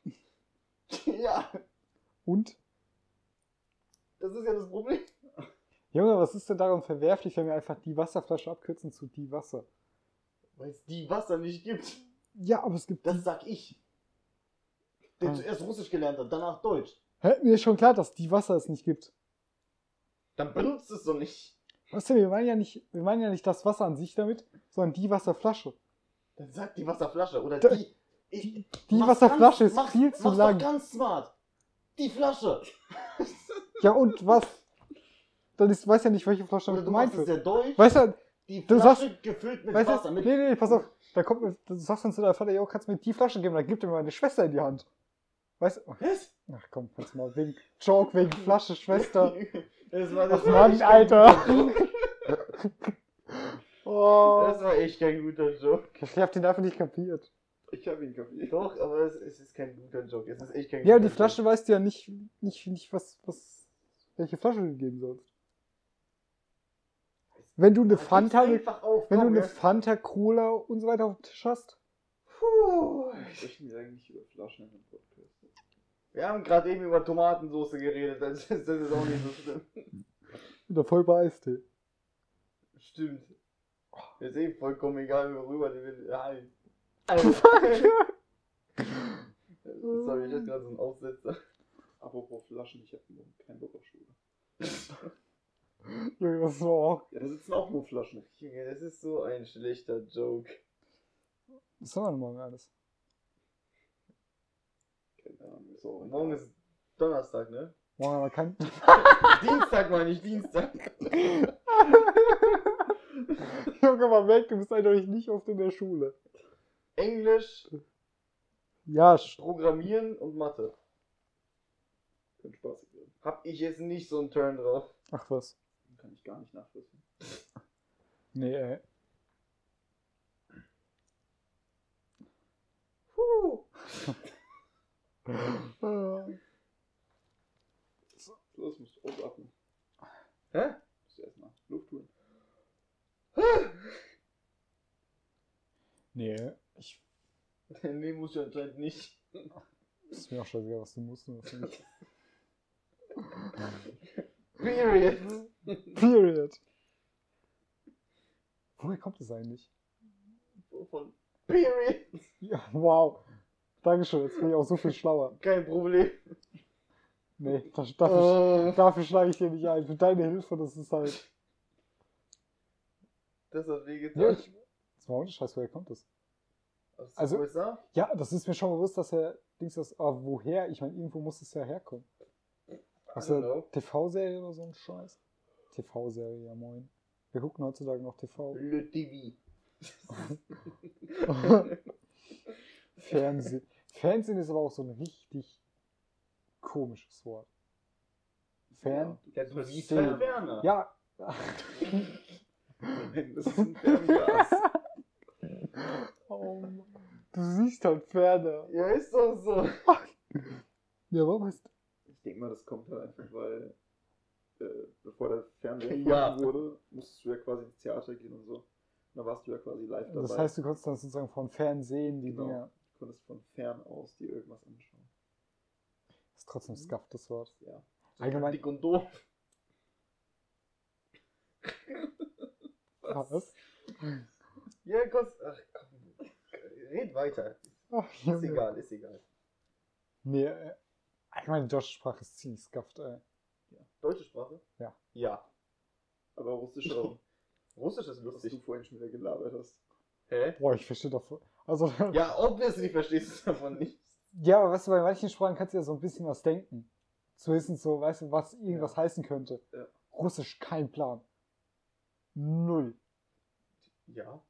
[SPEAKER 2] ja,
[SPEAKER 1] und?
[SPEAKER 2] das ist ja das Problem.
[SPEAKER 1] Junge, was ist denn daran verwerflich, wenn wir einfach die Wasserflasche abkürzen zu die Wasser?
[SPEAKER 2] Weil es die Wasser nicht gibt.
[SPEAKER 1] Ja, aber es gibt.
[SPEAKER 2] Das sag ich. Der
[SPEAKER 1] Ah.
[SPEAKER 2] zuerst Russisch gelernt hat, danach Deutsch.
[SPEAKER 1] Hä, mir ist schon klar, dass die Wasser es nicht gibt.
[SPEAKER 2] Dann benutzt es doch nicht.
[SPEAKER 1] Was denn? Wir meinen ja nicht, wir meinen ja nicht das Wasser an sich damit, sondern die Wasserflasche.
[SPEAKER 2] Dann sag die Wasserflasche oder
[SPEAKER 1] Da-
[SPEAKER 2] die. Ich,
[SPEAKER 1] Die
[SPEAKER 2] mach's
[SPEAKER 1] Wasserflasche
[SPEAKER 2] ganz-
[SPEAKER 1] ist
[SPEAKER 2] mach's-
[SPEAKER 1] viel zu
[SPEAKER 2] mach's
[SPEAKER 1] lang.
[SPEAKER 2] Doch ganz smart. Die Flasche.
[SPEAKER 1] Ja und was? Dann ist, weiß ja nicht, welche Flasche
[SPEAKER 2] Oder
[SPEAKER 1] damit
[SPEAKER 2] du machst
[SPEAKER 1] gemeint
[SPEAKER 2] es
[SPEAKER 1] wird.
[SPEAKER 2] ja deutsch.
[SPEAKER 1] Weißt du,
[SPEAKER 2] die
[SPEAKER 1] du
[SPEAKER 2] Flasche gefüllt mit
[SPEAKER 1] weißt
[SPEAKER 2] Wasser.
[SPEAKER 1] du,
[SPEAKER 2] Mit,
[SPEAKER 1] nee, nee, pass auf, da kommt, mir- du sagst dann zu deinem Vater, jo, kannst du mir die Flasche geben, dann gibt er mir meine Schwester in die Hand. Weißt du,
[SPEAKER 2] was?
[SPEAKER 1] ach komm, kannst du mal, wegen Joke, wegen Flasche, Schwester.
[SPEAKER 2] Das war,
[SPEAKER 1] Ach Mann, Alter. Oh,
[SPEAKER 2] Das war echt kein guter Joke.
[SPEAKER 1] ich hab den einfach nicht kapiert.
[SPEAKER 3] Ich habe ihn kapiert.
[SPEAKER 2] Doch, aber es, es ist kein guter Joke. Es ist echt kein
[SPEAKER 1] Ja, und
[SPEAKER 2] guter
[SPEAKER 1] die Flasche weißt du ja nicht, nicht, nicht was, was, welche Flasche du geben sollst. Wenn du eine
[SPEAKER 2] Joke. Gib's
[SPEAKER 1] Fanta, wenn
[SPEAKER 2] einfach auf.
[SPEAKER 1] du
[SPEAKER 2] komm,
[SPEAKER 1] eine
[SPEAKER 2] ja.
[SPEAKER 1] Fanta, Cola und so weiter auf dem Tisch hast,
[SPEAKER 2] Puh.
[SPEAKER 3] Sprechen wir eigentlich über Flaschen in einem Podcast?
[SPEAKER 2] Wir haben gerade eben über Tomatensauce geredet. Das ist, das ist auch nicht so schlimm.
[SPEAKER 1] oder voll bei Eistee.
[SPEAKER 2] Stimmt. Ist eh vollkommen egal, worüber die halt. will. Nein. Sorry, ich hatte gerade so einen Aufsetzer.
[SPEAKER 3] Apropos Flaschen, ich habe morgen keinen Bock auf Schule.
[SPEAKER 1] Junge, das war auch.
[SPEAKER 3] Ja, da sitzen auch nur Flaschen.
[SPEAKER 2] Junge, das ist so ein schlechter Joke.
[SPEAKER 1] Was soll man morgen alles?
[SPEAKER 3] Keine Ahnung, ist auch
[SPEAKER 2] Morgen ist Donnerstag, ne?
[SPEAKER 1] Morgen haben wir kein.
[SPEAKER 2] Dienstag meine ich, Dienstag.
[SPEAKER 1] Junge, mal weg, du bist eindeutig nicht oft in der Schule.
[SPEAKER 2] Englisch,
[SPEAKER 1] Ja, sch-
[SPEAKER 2] Programmieren und Mathe.
[SPEAKER 3] Könnte spaßig werden.
[SPEAKER 2] Hab ich jetzt nicht so einen Turn drauf.
[SPEAKER 1] ach was.
[SPEAKER 3] Kann ich gar nicht nachvollziehen.
[SPEAKER 1] Nee, äh, ey.
[SPEAKER 2] Puh.
[SPEAKER 1] Äh,
[SPEAKER 3] So, das musst du ausatmen.
[SPEAKER 2] Hä?
[SPEAKER 3] Musst du erstmal Luft holen.
[SPEAKER 1] Nee, ich.
[SPEAKER 2] nee, muss ich anscheinend nicht.
[SPEAKER 1] Ist mir auch scheißegal, was du musst und was du nicht.
[SPEAKER 2] Period.
[SPEAKER 1] Period. Woher kommt das eigentlich?
[SPEAKER 2] Wovon? Period.
[SPEAKER 1] Ja, wow. Dankeschön, jetzt bin ich auch so viel schlauer.
[SPEAKER 2] Kein Problem.
[SPEAKER 1] Nee, das, dafür,
[SPEAKER 2] Äh,
[SPEAKER 1] dafür schlage ich dir nicht ein. Für deine Hilfe, das ist halt.
[SPEAKER 2] Das hat wehgetan.
[SPEAKER 1] Ja, ich. Das war ohne Scheiß, woher kommt das?
[SPEAKER 2] Aus
[SPEAKER 1] Also-
[SPEAKER 2] den USA?
[SPEAKER 1] Ja, das ist mir schon bewusst, dass er Dings ist. Aber woher? Ich meine, irgendwo muss es ja herkommen. Also, Aus
[SPEAKER 2] I don't
[SPEAKER 1] der
[SPEAKER 2] know.
[SPEAKER 1] TV-Serie oder so ein Scheiß? TV-Serie, ja moin. Wir gucken heutzutage noch TV.
[SPEAKER 2] Le TV.
[SPEAKER 1] Fernsehen. Fernsehen ist aber auch so ein richtig komisches Wort. Fern.
[SPEAKER 2] Ja, du siehst
[SPEAKER 1] Fernsehen.
[SPEAKER 2] halt Werner.
[SPEAKER 1] Ja,
[SPEAKER 3] Nein, das ist ein Fernglas.
[SPEAKER 1] oh, Mann. du siehst halt Ferne.
[SPEAKER 2] Ja, ist doch so.
[SPEAKER 1] Ja, warum heißt.
[SPEAKER 3] Ich denke mal, das kommt halt einfach, weil äh, bevor der Fernseher erfunden
[SPEAKER 2] Ja.
[SPEAKER 3] wurde, musstest du ja quasi ins Theater gehen und so. Und da warst du ja quasi live dabei.
[SPEAKER 1] Das heißt, du konntest dann sozusagen von Fernsehen die
[SPEAKER 3] Genau.
[SPEAKER 1] Dinger.
[SPEAKER 3] du konntest von fern aus dir irgendwas anschauen.
[SPEAKER 1] Ist trotzdem scuffed, das Wort.
[SPEAKER 3] Ja.
[SPEAKER 1] Allgemein.
[SPEAKER 2] Dick und doof.
[SPEAKER 1] Was?
[SPEAKER 2] Ja, kurz. Ach komm. Red weiter.
[SPEAKER 1] Ach,
[SPEAKER 2] Ist
[SPEAKER 1] Junge.
[SPEAKER 2] egal, ist egal.
[SPEAKER 1] Nee, äh, allgemein die deutsche Sprache ist ziemlich scuffed, ey.
[SPEAKER 2] Deutsche Sprache?
[SPEAKER 1] Ja.
[SPEAKER 2] Ja.
[SPEAKER 3] Aber russisch auch,
[SPEAKER 2] Russisch ist
[SPEAKER 3] was du
[SPEAKER 2] lustig.
[SPEAKER 3] vorhin schon wieder gelabert hast.
[SPEAKER 2] Hä?
[SPEAKER 1] Boah, ich verstehe doch. Also, ja.
[SPEAKER 2] Ja, obviously verstehst du davon nicht.
[SPEAKER 1] aber weißt du, bei manchen Sprachen kannst du ja so ein bisschen was denken. Zu wissen, so, weißt du, was irgendwas heißen könnte.
[SPEAKER 3] Ja.
[SPEAKER 1] Russisch, kein Plan. Null.
[SPEAKER 2] Ja.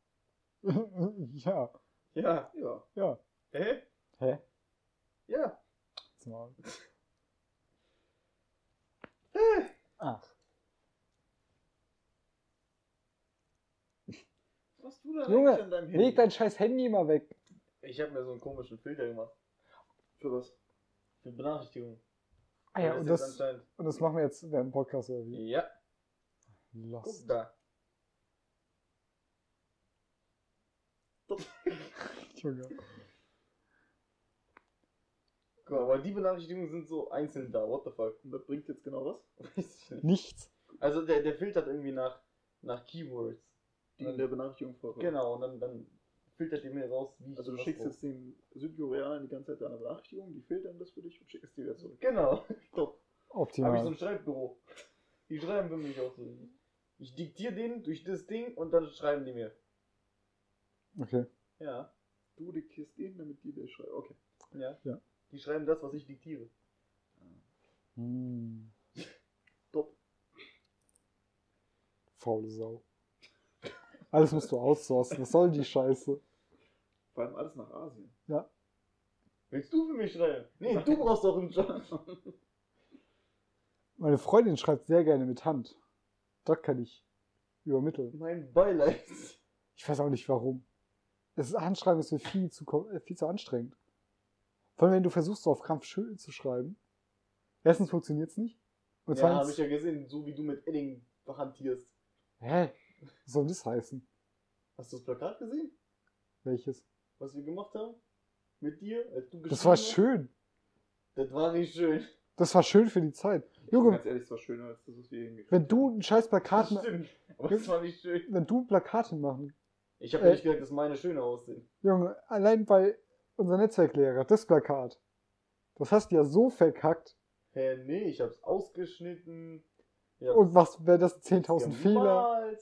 [SPEAKER 1] ja,
[SPEAKER 2] Ja.
[SPEAKER 3] Ja,
[SPEAKER 1] ja.
[SPEAKER 2] Hä?
[SPEAKER 1] Hä?
[SPEAKER 2] Ja.
[SPEAKER 1] Jetzt mal. Ach.
[SPEAKER 3] Was du da
[SPEAKER 1] Junge,
[SPEAKER 3] eigentlich an deinem Handy?
[SPEAKER 1] Leg dein scheiß Handy mal weg.
[SPEAKER 2] Ich habe mir so einen komischen Filter gemacht.
[SPEAKER 3] Für was?
[SPEAKER 2] Für Benachrichtigungen.
[SPEAKER 1] Ah ja,
[SPEAKER 2] Der
[SPEAKER 1] und
[SPEAKER 2] ist
[SPEAKER 1] das,
[SPEAKER 2] jetzt anscheinend-
[SPEAKER 1] und das machen wir jetzt während dem Podcast oder wie?
[SPEAKER 2] Ja, guck
[SPEAKER 1] Lost.
[SPEAKER 2] da.
[SPEAKER 1] Junge.
[SPEAKER 2] Guck mal, aber die Benachrichtigungen sind so einzeln da. What the fuck?
[SPEAKER 3] Und das bringt jetzt genau was?
[SPEAKER 2] Weiß ich nicht.
[SPEAKER 1] Nichts.
[SPEAKER 2] Also der, der filtert irgendwie nach, nach Keywords.
[SPEAKER 3] Die
[SPEAKER 2] Ja.
[SPEAKER 3] in der Benachrichtigung vorkommen.
[SPEAKER 2] Genau, und dann, dann filtert die mir raus, wie ich
[SPEAKER 3] Also du
[SPEAKER 2] was
[SPEAKER 3] schickst
[SPEAKER 2] brauch.
[SPEAKER 3] jetzt den Südkoreanern die ganze Zeit deine Benachrichtigung, die filtern das für dich und schickst die wieder zurück.
[SPEAKER 2] Genau. Habe
[SPEAKER 3] Top.
[SPEAKER 2] ich so
[SPEAKER 1] Optimal.
[SPEAKER 2] ein Schreibbüro. Die schreiben für mich auch so. Ich diktiere denen durch das Ding und dann schreiben die mir.
[SPEAKER 1] Okay.
[SPEAKER 2] Ja,
[SPEAKER 3] Du diktierst den, damit die dir schreiben. Okay.
[SPEAKER 2] ja.
[SPEAKER 1] Ja.
[SPEAKER 2] Die schreiben das, was ich diktiere.
[SPEAKER 1] Hm.
[SPEAKER 3] Top.
[SPEAKER 1] Faule Sau. Alles musst du outsourcen. Was soll die Scheiße?
[SPEAKER 3] Vor allem alles nach Asien.
[SPEAKER 2] Willst du für mich schreiben? Nee, du brauchst doch einen Job.
[SPEAKER 1] Meine Freundin schreibt sehr gerne mit Hand. Das kann ich übermitteln.
[SPEAKER 2] Mein Beileid.
[SPEAKER 1] Ich weiß auch nicht warum. Das Handschreiben ist mir viel zu, kom- äh, viel zu anstrengend. Vor allem, wenn du versuchst, so auf Krampf schön zu schreiben. Erstens funktioniert es nicht. Und
[SPEAKER 2] Ja, habe
[SPEAKER 1] zweitens.
[SPEAKER 2] ich ja gesehen, so wie du mit Edding hantierst.
[SPEAKER 1] hä? Was soll das heißen?
[SPEAKER 2] Hast du das Plakat gesehen?
[SPEAKER 1] Welches?
[SPEAKER 2] Was wir gemacht haben? Mit dir, als du
[SPEAKER 1] Das war
[SPEAKER 2] hast?
[SPEAKER 1] schön.
[SPEAKER 2] Das war nicht schön.
[SPEAKER 1] Das war schön für die Zeit. Junge,
[SPEAKER 3] Ganz ehrlich, es war schöner als das, was wir hingekriegt
[SPEAKER 1] wenn du ein scheiß Plakat,
[SPEAKER 2] Das stimmt. Aber das war nicht schön.
[SPEAKER 1] wenn du ein Plakat hinmachen.
[SPEAKER 2] Ich habe
[SPEAKER 1] Äh.
[SPEAKER 2] nicht gesagt, dass meine schöner aussehen.
[SPEAKER 1] Junge, allein bei unserem Netzwerklehrer, das Plakat. Das hast du ja so verkackt.
[SPEAKER 2] Hä, nee, ich hab's ausgeschnitten. Ich hab's
[SPEAKER 1] Und was wäre das 10.000 Fehler?
[SPEAKER 2] gemalt.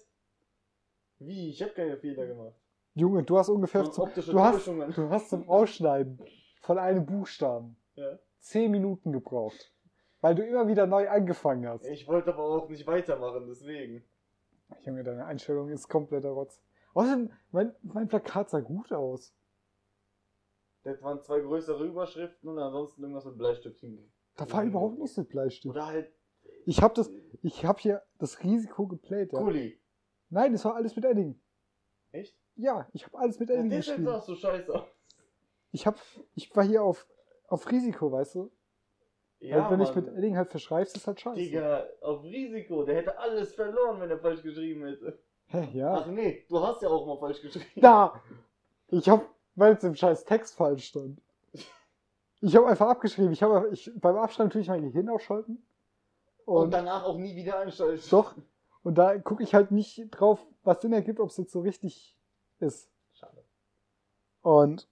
[SPEAKER 2] Wie? Ich habe keine Fehler gemacht.
[SPEAKER 1] Junge, du hast ungefähr
[SPEAKER 2] Nur
[SPEAKER 1] zum,
[SPEAKER 2] optische
[SPEAKER 1] du hast,
[SPEAKER 2] Täuschungen.
[SPEAKER 1] du hast zum Ausschneiden von einem Buchstaben
[SPEAKER 2] Ja.
[SPEAKER 1] 10 Minuten gebraucht. Weil du immer wieder neu angefangen hast.
[SPEAKER 2] Ich wollte aber auch nicht weitermachen, deswegen.
[SPEAKER 1] Junge, deine Einstellung ist kompletter Rotz. Außerdem, mein, mein Plakat sah gut aus.
[SPEAKER 2] Das waren zwei größere Überschriften und ansonsten irgendwas mit Bleistift hingehen.
[SPEAKER 1] Da war überhaupt nichts mit Bleistift.
[SPEAKER 2] Oder halt
[SPEAKER 1] Ich habe das, ich habe hier das Risiko geplayt. Ja.
[SPEAKER 2] Kuli.
[SPEAKER 1] Nein, das war alles mit Edding.
[SPEAKER 2] Echt?
[SPEAKER 1] Ja, Halt, ich habe alles mit
[SPEAKER 2] Ja,
[SPEAKER 1] Edding
[SPEAKER 2] das sieht
[SPEAKER 1] gespielt.
[SPEAKER 2] halt doch so scheiße aus.
[SPEAKER 1] Ich hab, ich war hier auf, auf Risiko, weißt du? Ja,
[SPEAKER 2] Ja,
[SPEAKER 1] halt, wenn ich
[SPEAKER 2] Mann.
[SPEAKER 1] mit Edding halt verschreibst, ist halt scheiße.
[SPEAKER 2] Digga, auf Risiko. Der hätte alles verloren, wenn er falsch geschrieben hätte.
[SPEAKER 1] Hä,
[SPEAKER 2] Ach
[SPEAKER 1] ja.
[SPEAKER 2] nee, du hast ja auch mal falsch geschrieben.
[SPEAKER 1] Da! Ich hab, weil es im scheiß Text falsch stand. Ich habe einfach abgeschrieben. Ich habe, ich, beim Abschreiben tue ich mein Gehirn ausschalten.
[SPEAKER 2] Und,
[SPEAKER 1] Und,
[SPEAKER 2] danach auch nie wieder einschalten.
[SPEAKER 1] doch. Und da gucke ich halt nicht drauf, was Sinn ergibt, ob es jetzt so richtig ist.
[SPEAKER 2] Schade.
[SPEAKER 1] Und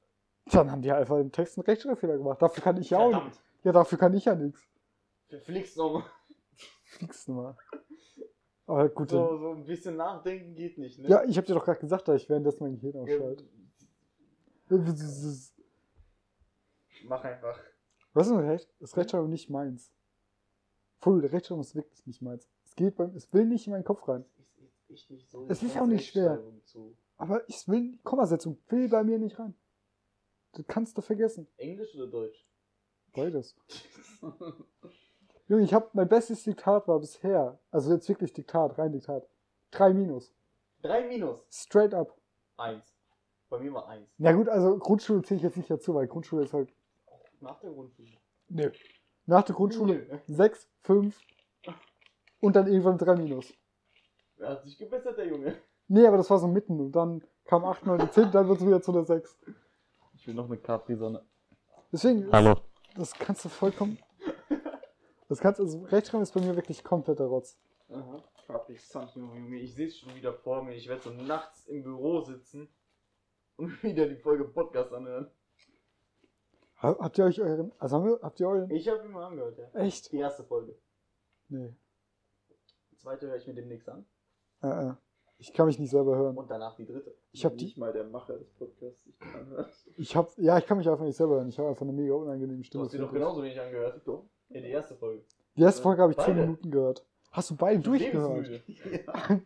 [SPEAKER 1] dann haben die einfach im Text einen Rechtschreibfehler gemacht. Dafür kann ich ja auch
[SPEAKER 2] Verdammt.
[SPEAKER 1] Ja, dafür kann ich ja nichts.
[SPEAKER 2] Verflixt nochmal.
[SPEAKER 1] Fixen mal. Aber gut.
[SPEAKER 2] So, ne? so ein bisschen nachdenken geht nicht, ne?
[SPEAKER 1] dann- Ja, ich hab dir doch gerade gesagt, dass ich währenddessen mein Gehirn ausschalte. Äh, Was
[SPEAKER 2] Mach einfach.
[SPEAKER 1] ist denn recht? Ist Rechtschreibung nicht meins? Full, Rechtschreibung ist wirklich nicht meins. Es geht beim, es will nicht in meinen Kopf rein.
[SPEAKER 2] Es ist echt nicht so.
[SPEAKER 1] Es
[SPEAKER 2] ich
[SPEAKER 1] ist
[SPEAKER 2] kann
[SPEAKER 1] auch nicht schwer.
[SPEAKER 2] Rechtschreibung Zu.
[SPEAKER 1] Aber ich will, die Kommasetzung will bei mir nicht rein. Du kannst du vergessen.
[SPEAKER 2] Englisch oder Deutsch?
[SPEAKER 1] Beides. Junge, ich hab, mein bestes Diktat war bisher, also jetzt wirklich Diktat, rein Diktat. Drei Minus.
[SPEAKER 2] Drei minus.
[SPEAKER 1] Straight up.
[SPEAKER 2] Eins. Bei mir war eins.
[SPEAKER 1] Na gut, also Grundschule zähle ich jetzt nicht dazu, weil Grundschule ist halt
[SPEAKER 2] Nach der Grundschule.
[SPEAKER 1] Nö. Nach der Grundschule
[SPEAKER 2] Nö.
[SPEAKER 1] 6, 5 und dann irgendwann 3 minus.
[SPEAKER 2] Er hat sich gebessert, der Junge.
[SPEAKER 1] Nee, aber das war so mitten und dann kam 8, 9, 10, dann wird es wieder zu der 6.
[SPEAKER 2] Ich will noch eine Capri-Sonne.
[SPEAKER 1] Deswegen, Hallo. das kannst du vollkommen. Das kannst also Rechtschreibung ist bei mir wirklich kompletter Rotz.
[SPEAKER 2] Aha.
[SPEAKER 3] Capri Sun.
[SPEAKER 2] Junge, Junge, ich sehe es schon wieder vor mir. Ich werde so nachts im Büro sitzen und wieder die Folge Podcast anhören.
[SPEAKER 1] Ha- Habt ihr euch euren. Also haben wir, habt ihr euren.
[SPEAKER 2] Ich habe immer angehört, ja.
[SPEAKER 1] Echt?
[SPEAKER 2] Die erste Folge.
[SPEAKER 1] Nee.
[SPEAKER 2] Die zweite höre ich mir demnächst an.
[SPEAKER 1] Äh, äh. Ich kann mich nicht selber hören.
[SPEAKER 2] Und danach die dritte.
[SPEAKER 1] Ich habe die.
[SPEAKER 3] nicht mal der Macher des Podcasts sich dran hört.
[SPEAKER 1] Ich hab. Ja, ich kann mich einfach nicht selber hören. Ich habe einfach eine mega unangenehme
[SPEAKER 2] Du
[SPEAKER 1] Stimme.
[SPEAKER 2] hast dir doch
[SPEAKER 1] finde ich.
[SPEAKER 2] genauso wenig angehört.
[SPEAKER 3] Doch.
[SPEAKER 2] Ja, die erste Folge.
[SPEAKER 1] Die erste Folge habe ich 10
[SPEAKER 2] Beide.
[SPEAKER 1] Minuten gehört. Hast du beide durchgehört?
[SPEAKER 2] Lebensmüde.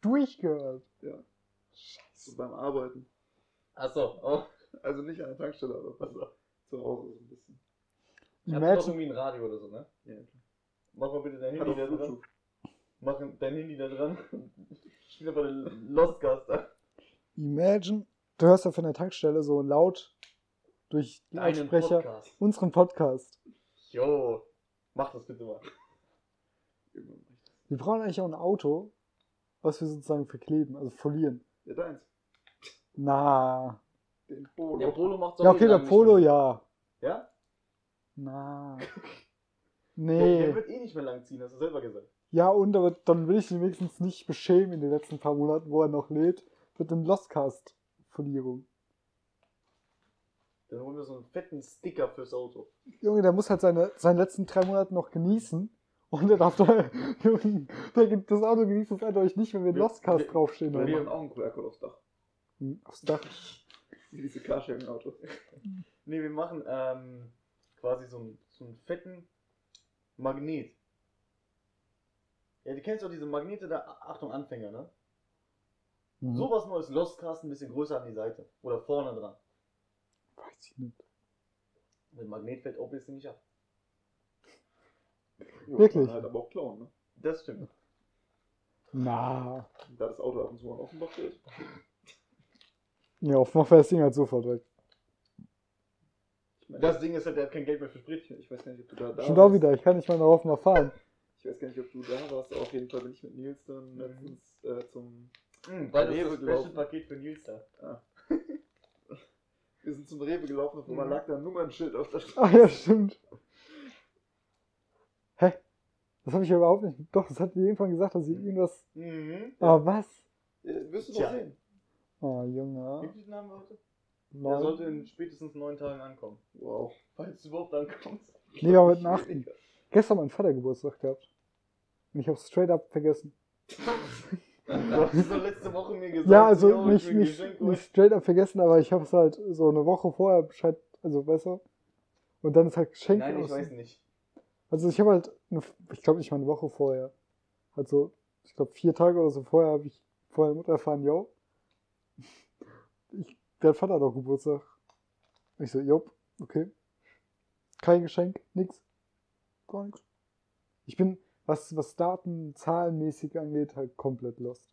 [SPEAKER 1] Durchgehört.
[SPEAKER 3] Ja.
[SPEAKER 1] Scheiße.
[SPEAKER 3] So beim Arbeiten.
[SPEAKER 2] Achso, oh.
[SPEAKER 3] Also nicht an der Tankstelle, aber zu Hause so ein bisschen.
[SPEAKER 2] Imagine.
[SPEAKER 1] Imagine,
[SPEAKER 2] Doch irgendwie ein Radio oder so, ne?
[SPEAKER 3] Ja,
[SPEAKER 2] Mach mal bitte dein
[SPEAKER 3] Hat
[SPEAKER 2] Handy
[SPEAKER 3] auch
[SPEAKER 2] da dran.
[SPEAKER 3] Bluetooth.
[SPEAKER 2] Mach dein Handy da dran. Spiel einfach den Lostcast an.
[SPEAKER 1] Imagine, du hörst ja von der Tankstelle so laut durch die
[SPEAKER 2] Einen
[SPEAKER 1] Lautsprecher
[SPEAKER 2] Podcast.
[SPEAKER 1] unseren Podcast.
[SPEAKER 2] Jo, mach das bitte mal.
[SPEAKER 3] Irgendwann mach ich das.
[SPEAKER 1] Wir brauchen eigentlich auch ein Auto, was wir sozusagen verkleben, also folieren.
[SPEAKER 3] Ja, deins.
[SPEAKER 1] Na.
[SPEAKER 3] Den
[SPEAKER 2] Der
[SPEAKER 3] Polo.
[SPEAKER 2] Polo macht
[SPEAKER 1] ja, okay, der Polo, ja.
[SPEAKER 2] Ja?
[SPEAKER 1] Na.
[SPEAKER 2] Der,
[SPEAKER 1] Nee.
[SPEAKER 2] der wird eh nicht mehr lang ziehen, hast du selber gesagt.
[SPEAKER 1] Ja, und aber dann will ich ihn wenigstens nicht beschämen in den letzten paar Monaten, wo er noch lebt, mit dem Lostcast-Folierung.
[SPEAKER 2] Dann holen wir so einen fetten Sticker fürs Auto.
[SPEAKER 1] Junge, der muss halt seine, seine letzten drei Monate noch genießen. Und der darf da, Junge, der, gibt- das Auto genießt es eindeutig nicht, wenn wir
[SPEAKER 2] Wir- wir-
[SPEAKER 1] Lostcast draufstehen
[SPEAKER 3] Wir
[SPEAKER 1] haben.
[SPEAKER 3] machen auch einen QR-Code aufs Dach.
[SPEAKER 1] Hm, Aufs Dach.
[SPEAKER 3] Wie diese Carsharing-Autos.
[SPEAKER 2] Nee, wir machen ähm, quasi so einen, so einen fetten Magnet. Ja, du kennst doch diese Magnete da, A- Achtung Anfänger, ne?
[SPEAKER 1] Mhm.
[SPEAKER 2] Sowas nur als Lostcast ein bisschen größer an die Seite. Oder vorne dran.
[SPEAKER 1] Weiß ich nicht.
[SPEAKER 2] Mit Magnet fällt auch ein bisschen nicht ab.
[SPEAKER 3] Jo,
[SPEAKER 1] Wirklich?
[SPEAKER 3] kann man Halt aber auch klauen, ne?
[SPEAKER 2] Das stimmt.
[SPEAKER 1] Na.
[SPEAKER 3] Und Da das Auto ab und zu mal in Offenbach steht.
[SPEAKER 1] Ja, offenbar fährt das Ding halt sofort weg.
[SPEAKER 3] Ich meine,
[SPEAKER 2] Das Ding ist halt, der hat kein Geld mehr für Sprit.
[SPEAKER 3] ich, ich weiß gar nicht, ob du da, da
[SPEAKER 1] Schon auch wieder, ich kann nicht mal nach Offenbar fahren.
[SPEAKER 3] Ich weiß gar nicht, ob du da warst. Auf jeden Fall bin ich mit Nils dann letztens äh, zum.
[SPEAKER 2] Mhm,
[SPEAKER 3] weil
[SPEAKER 2] weil das
[SPEAKER 3] das ist
[SPEAKER 2] ist
[SPEAKER 3] das
[SPEAKER 2] das
[SPEAKER 3] Special
[SPEAKER 2] Paket für Nils da.
[SPEAKER 3] Wir sind zum Rewe gelaufen und auf einmal
[SPEAKER 2] Mhm.
[SPEAKER 3] lag da ein Nummernschild auf der Straße.
[SPEAKER 1] Ah ja, stimmt. Hä? Das habe ich ja überhaupt nicht. Doch, das hat irgendwann gesagt, dass ich irgendwas.
[SPEAKER 2] Mhm.
[SPEAKER 1] Ah, was?
[SPEAKER 3] Äh, wirst du
[SPEAKER 2] Tja.
[SPEAKER 3] noch sehen.
[SPEAKER 1] Oh,
[SPEAKER 2] Wie
[SPEAKER 1] Junge.
[SPEAKER 2] viele haben wir heute? Er
[SPEAKER 1] Neun.
[SPEAKER 2] sollte in spätestens neun Tagen ankommen.
[SPEAKER 3] Wow.
[SPEAKER 2] Falls du überhaupt ankommst.
[SPEAKER 1] Nee, aber mit Nacht. Gestern mein Vater Geburtstag gehabt. Und ich hab's straight up vergessen.
[SPEAKER 2] Du hast so letzte Woche mir gesagt,
[SPEAKER 1] Ja, also
[SPEAKER 2] yo, ich
[SPEAKER 1] nicht,
[SPEAKER 2] will ein
[SPEAKER 1] nicht,
[SPEAKER 2] Geschenk holen.
[SPEAKER 1] nicht straight up vergessen, aber ich hab's halt so eine Woche vorher Bescheid, also weißt du. Und dann ist halt Geschenk.
[SPEAKER 2] Nein, ich
[SPEAKER 1] aus-
[SPEAKER 2] weiß nicht.
[SPEAKER 1] Also ich habe halt, eine, ich glaube nicht mal eine Woche vorher, also ich glaube vier Tage oder so vorher habe ich von meiner Mutter erfahren, yo, ich, dein Vater hat auch Geburtstag. Und ich so, jop, okay. Kein Geschenk, nix. Gar nichts. Ich bin, was, was Daten, Zahlenmäßig angeht, halt komplett lost.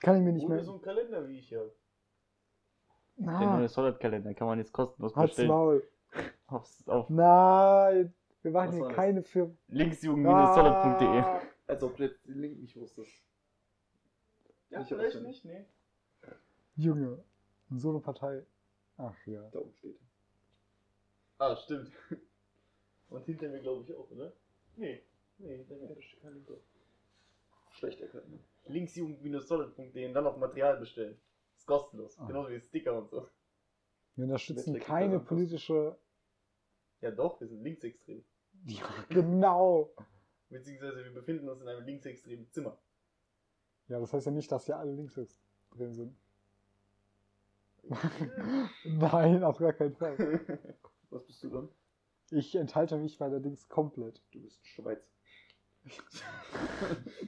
[SPEAKER 1] Kann ich mir nicht
[SPEAKER 2] Hol dir
[SPEAKER 1] mehr...
[SPEAKER 2] so einen Kalender, wie ich hier. hab.
[SPEAKER 5] Genau,
[SPEAKER 6] Der neue
[SPEAKER 1] Na,
[SPEAKER 6] Solid-Kalender kann man jetzt kostenlos
[SPEAKER 1] halt's
[SPEAKER 6] bestellen.
[SPEAKER 1] Maul.
[SPEAKER 6] Auf, auf
[SPEAKER 1] Nein, wir machen
[SPEAKER 3] Was
[SPEAKER 1] hier
[SPEAKER 3] war das?
[SPEAKER 1] keine Firma.
[SPEAKER 5] E.
[SPEAKER 1] Ah.
[SPEAKER 6] linksjugend-solid.de.
[SPEAKER 3] Als ob du jetzt den Link nicht wusstest.
[SPEAKER 2] Ja,
[SPEAKER 3] Nicht
[SPEAKER 2] vielleicht nicht,
[SPEAKER 3] auswendig.
[SPEAKER 2] ne? nee.
[SPEAKER 1] Junge, in so eine Partei. Ach ja.
[SPEAKER 3] Da oben steht.
[SPEAKER 2] Ah, stimmt. Und hinter mir glaube ich auch, oder? Nee. Nee, hinter mir ist kein Link. drauf.
[SPEAKER 3] Schlecht erkannt. Ne?
[SPEAKER 2] Linksjugend-solid.de und dann auf Material bestellen. Ist kostenlos.
[SPEAKER 1] Ah.
[SPEAKER 2] Genauso wie Sticker und so.
[SPEAKER 1] Wir unterstützen
[SPEAKER 3] Mit der
[SPEAKER 1] keine
[SPEAKER 3] Gitarre.
[SPEAKER 1] politische.
[SPEAKER 2] Ja doch, wir sind linksextrem.
[SPEAKER 1] Ja, genau.
[SPEAKER 2] Beziehungsweise wir befinden uns in einem linksextremen Zimmer.
[SPEAKER 1] Ja, das heißt ja nicht, dass wir alle links drin sind. Nein, auf gar keinen Fall.
[SPEAKER 3] Was bist du dann?
[SPEAKER 1] Ich enthalte mich allerdings komplett.
[SPEAKER 3] Du bist Schweiz.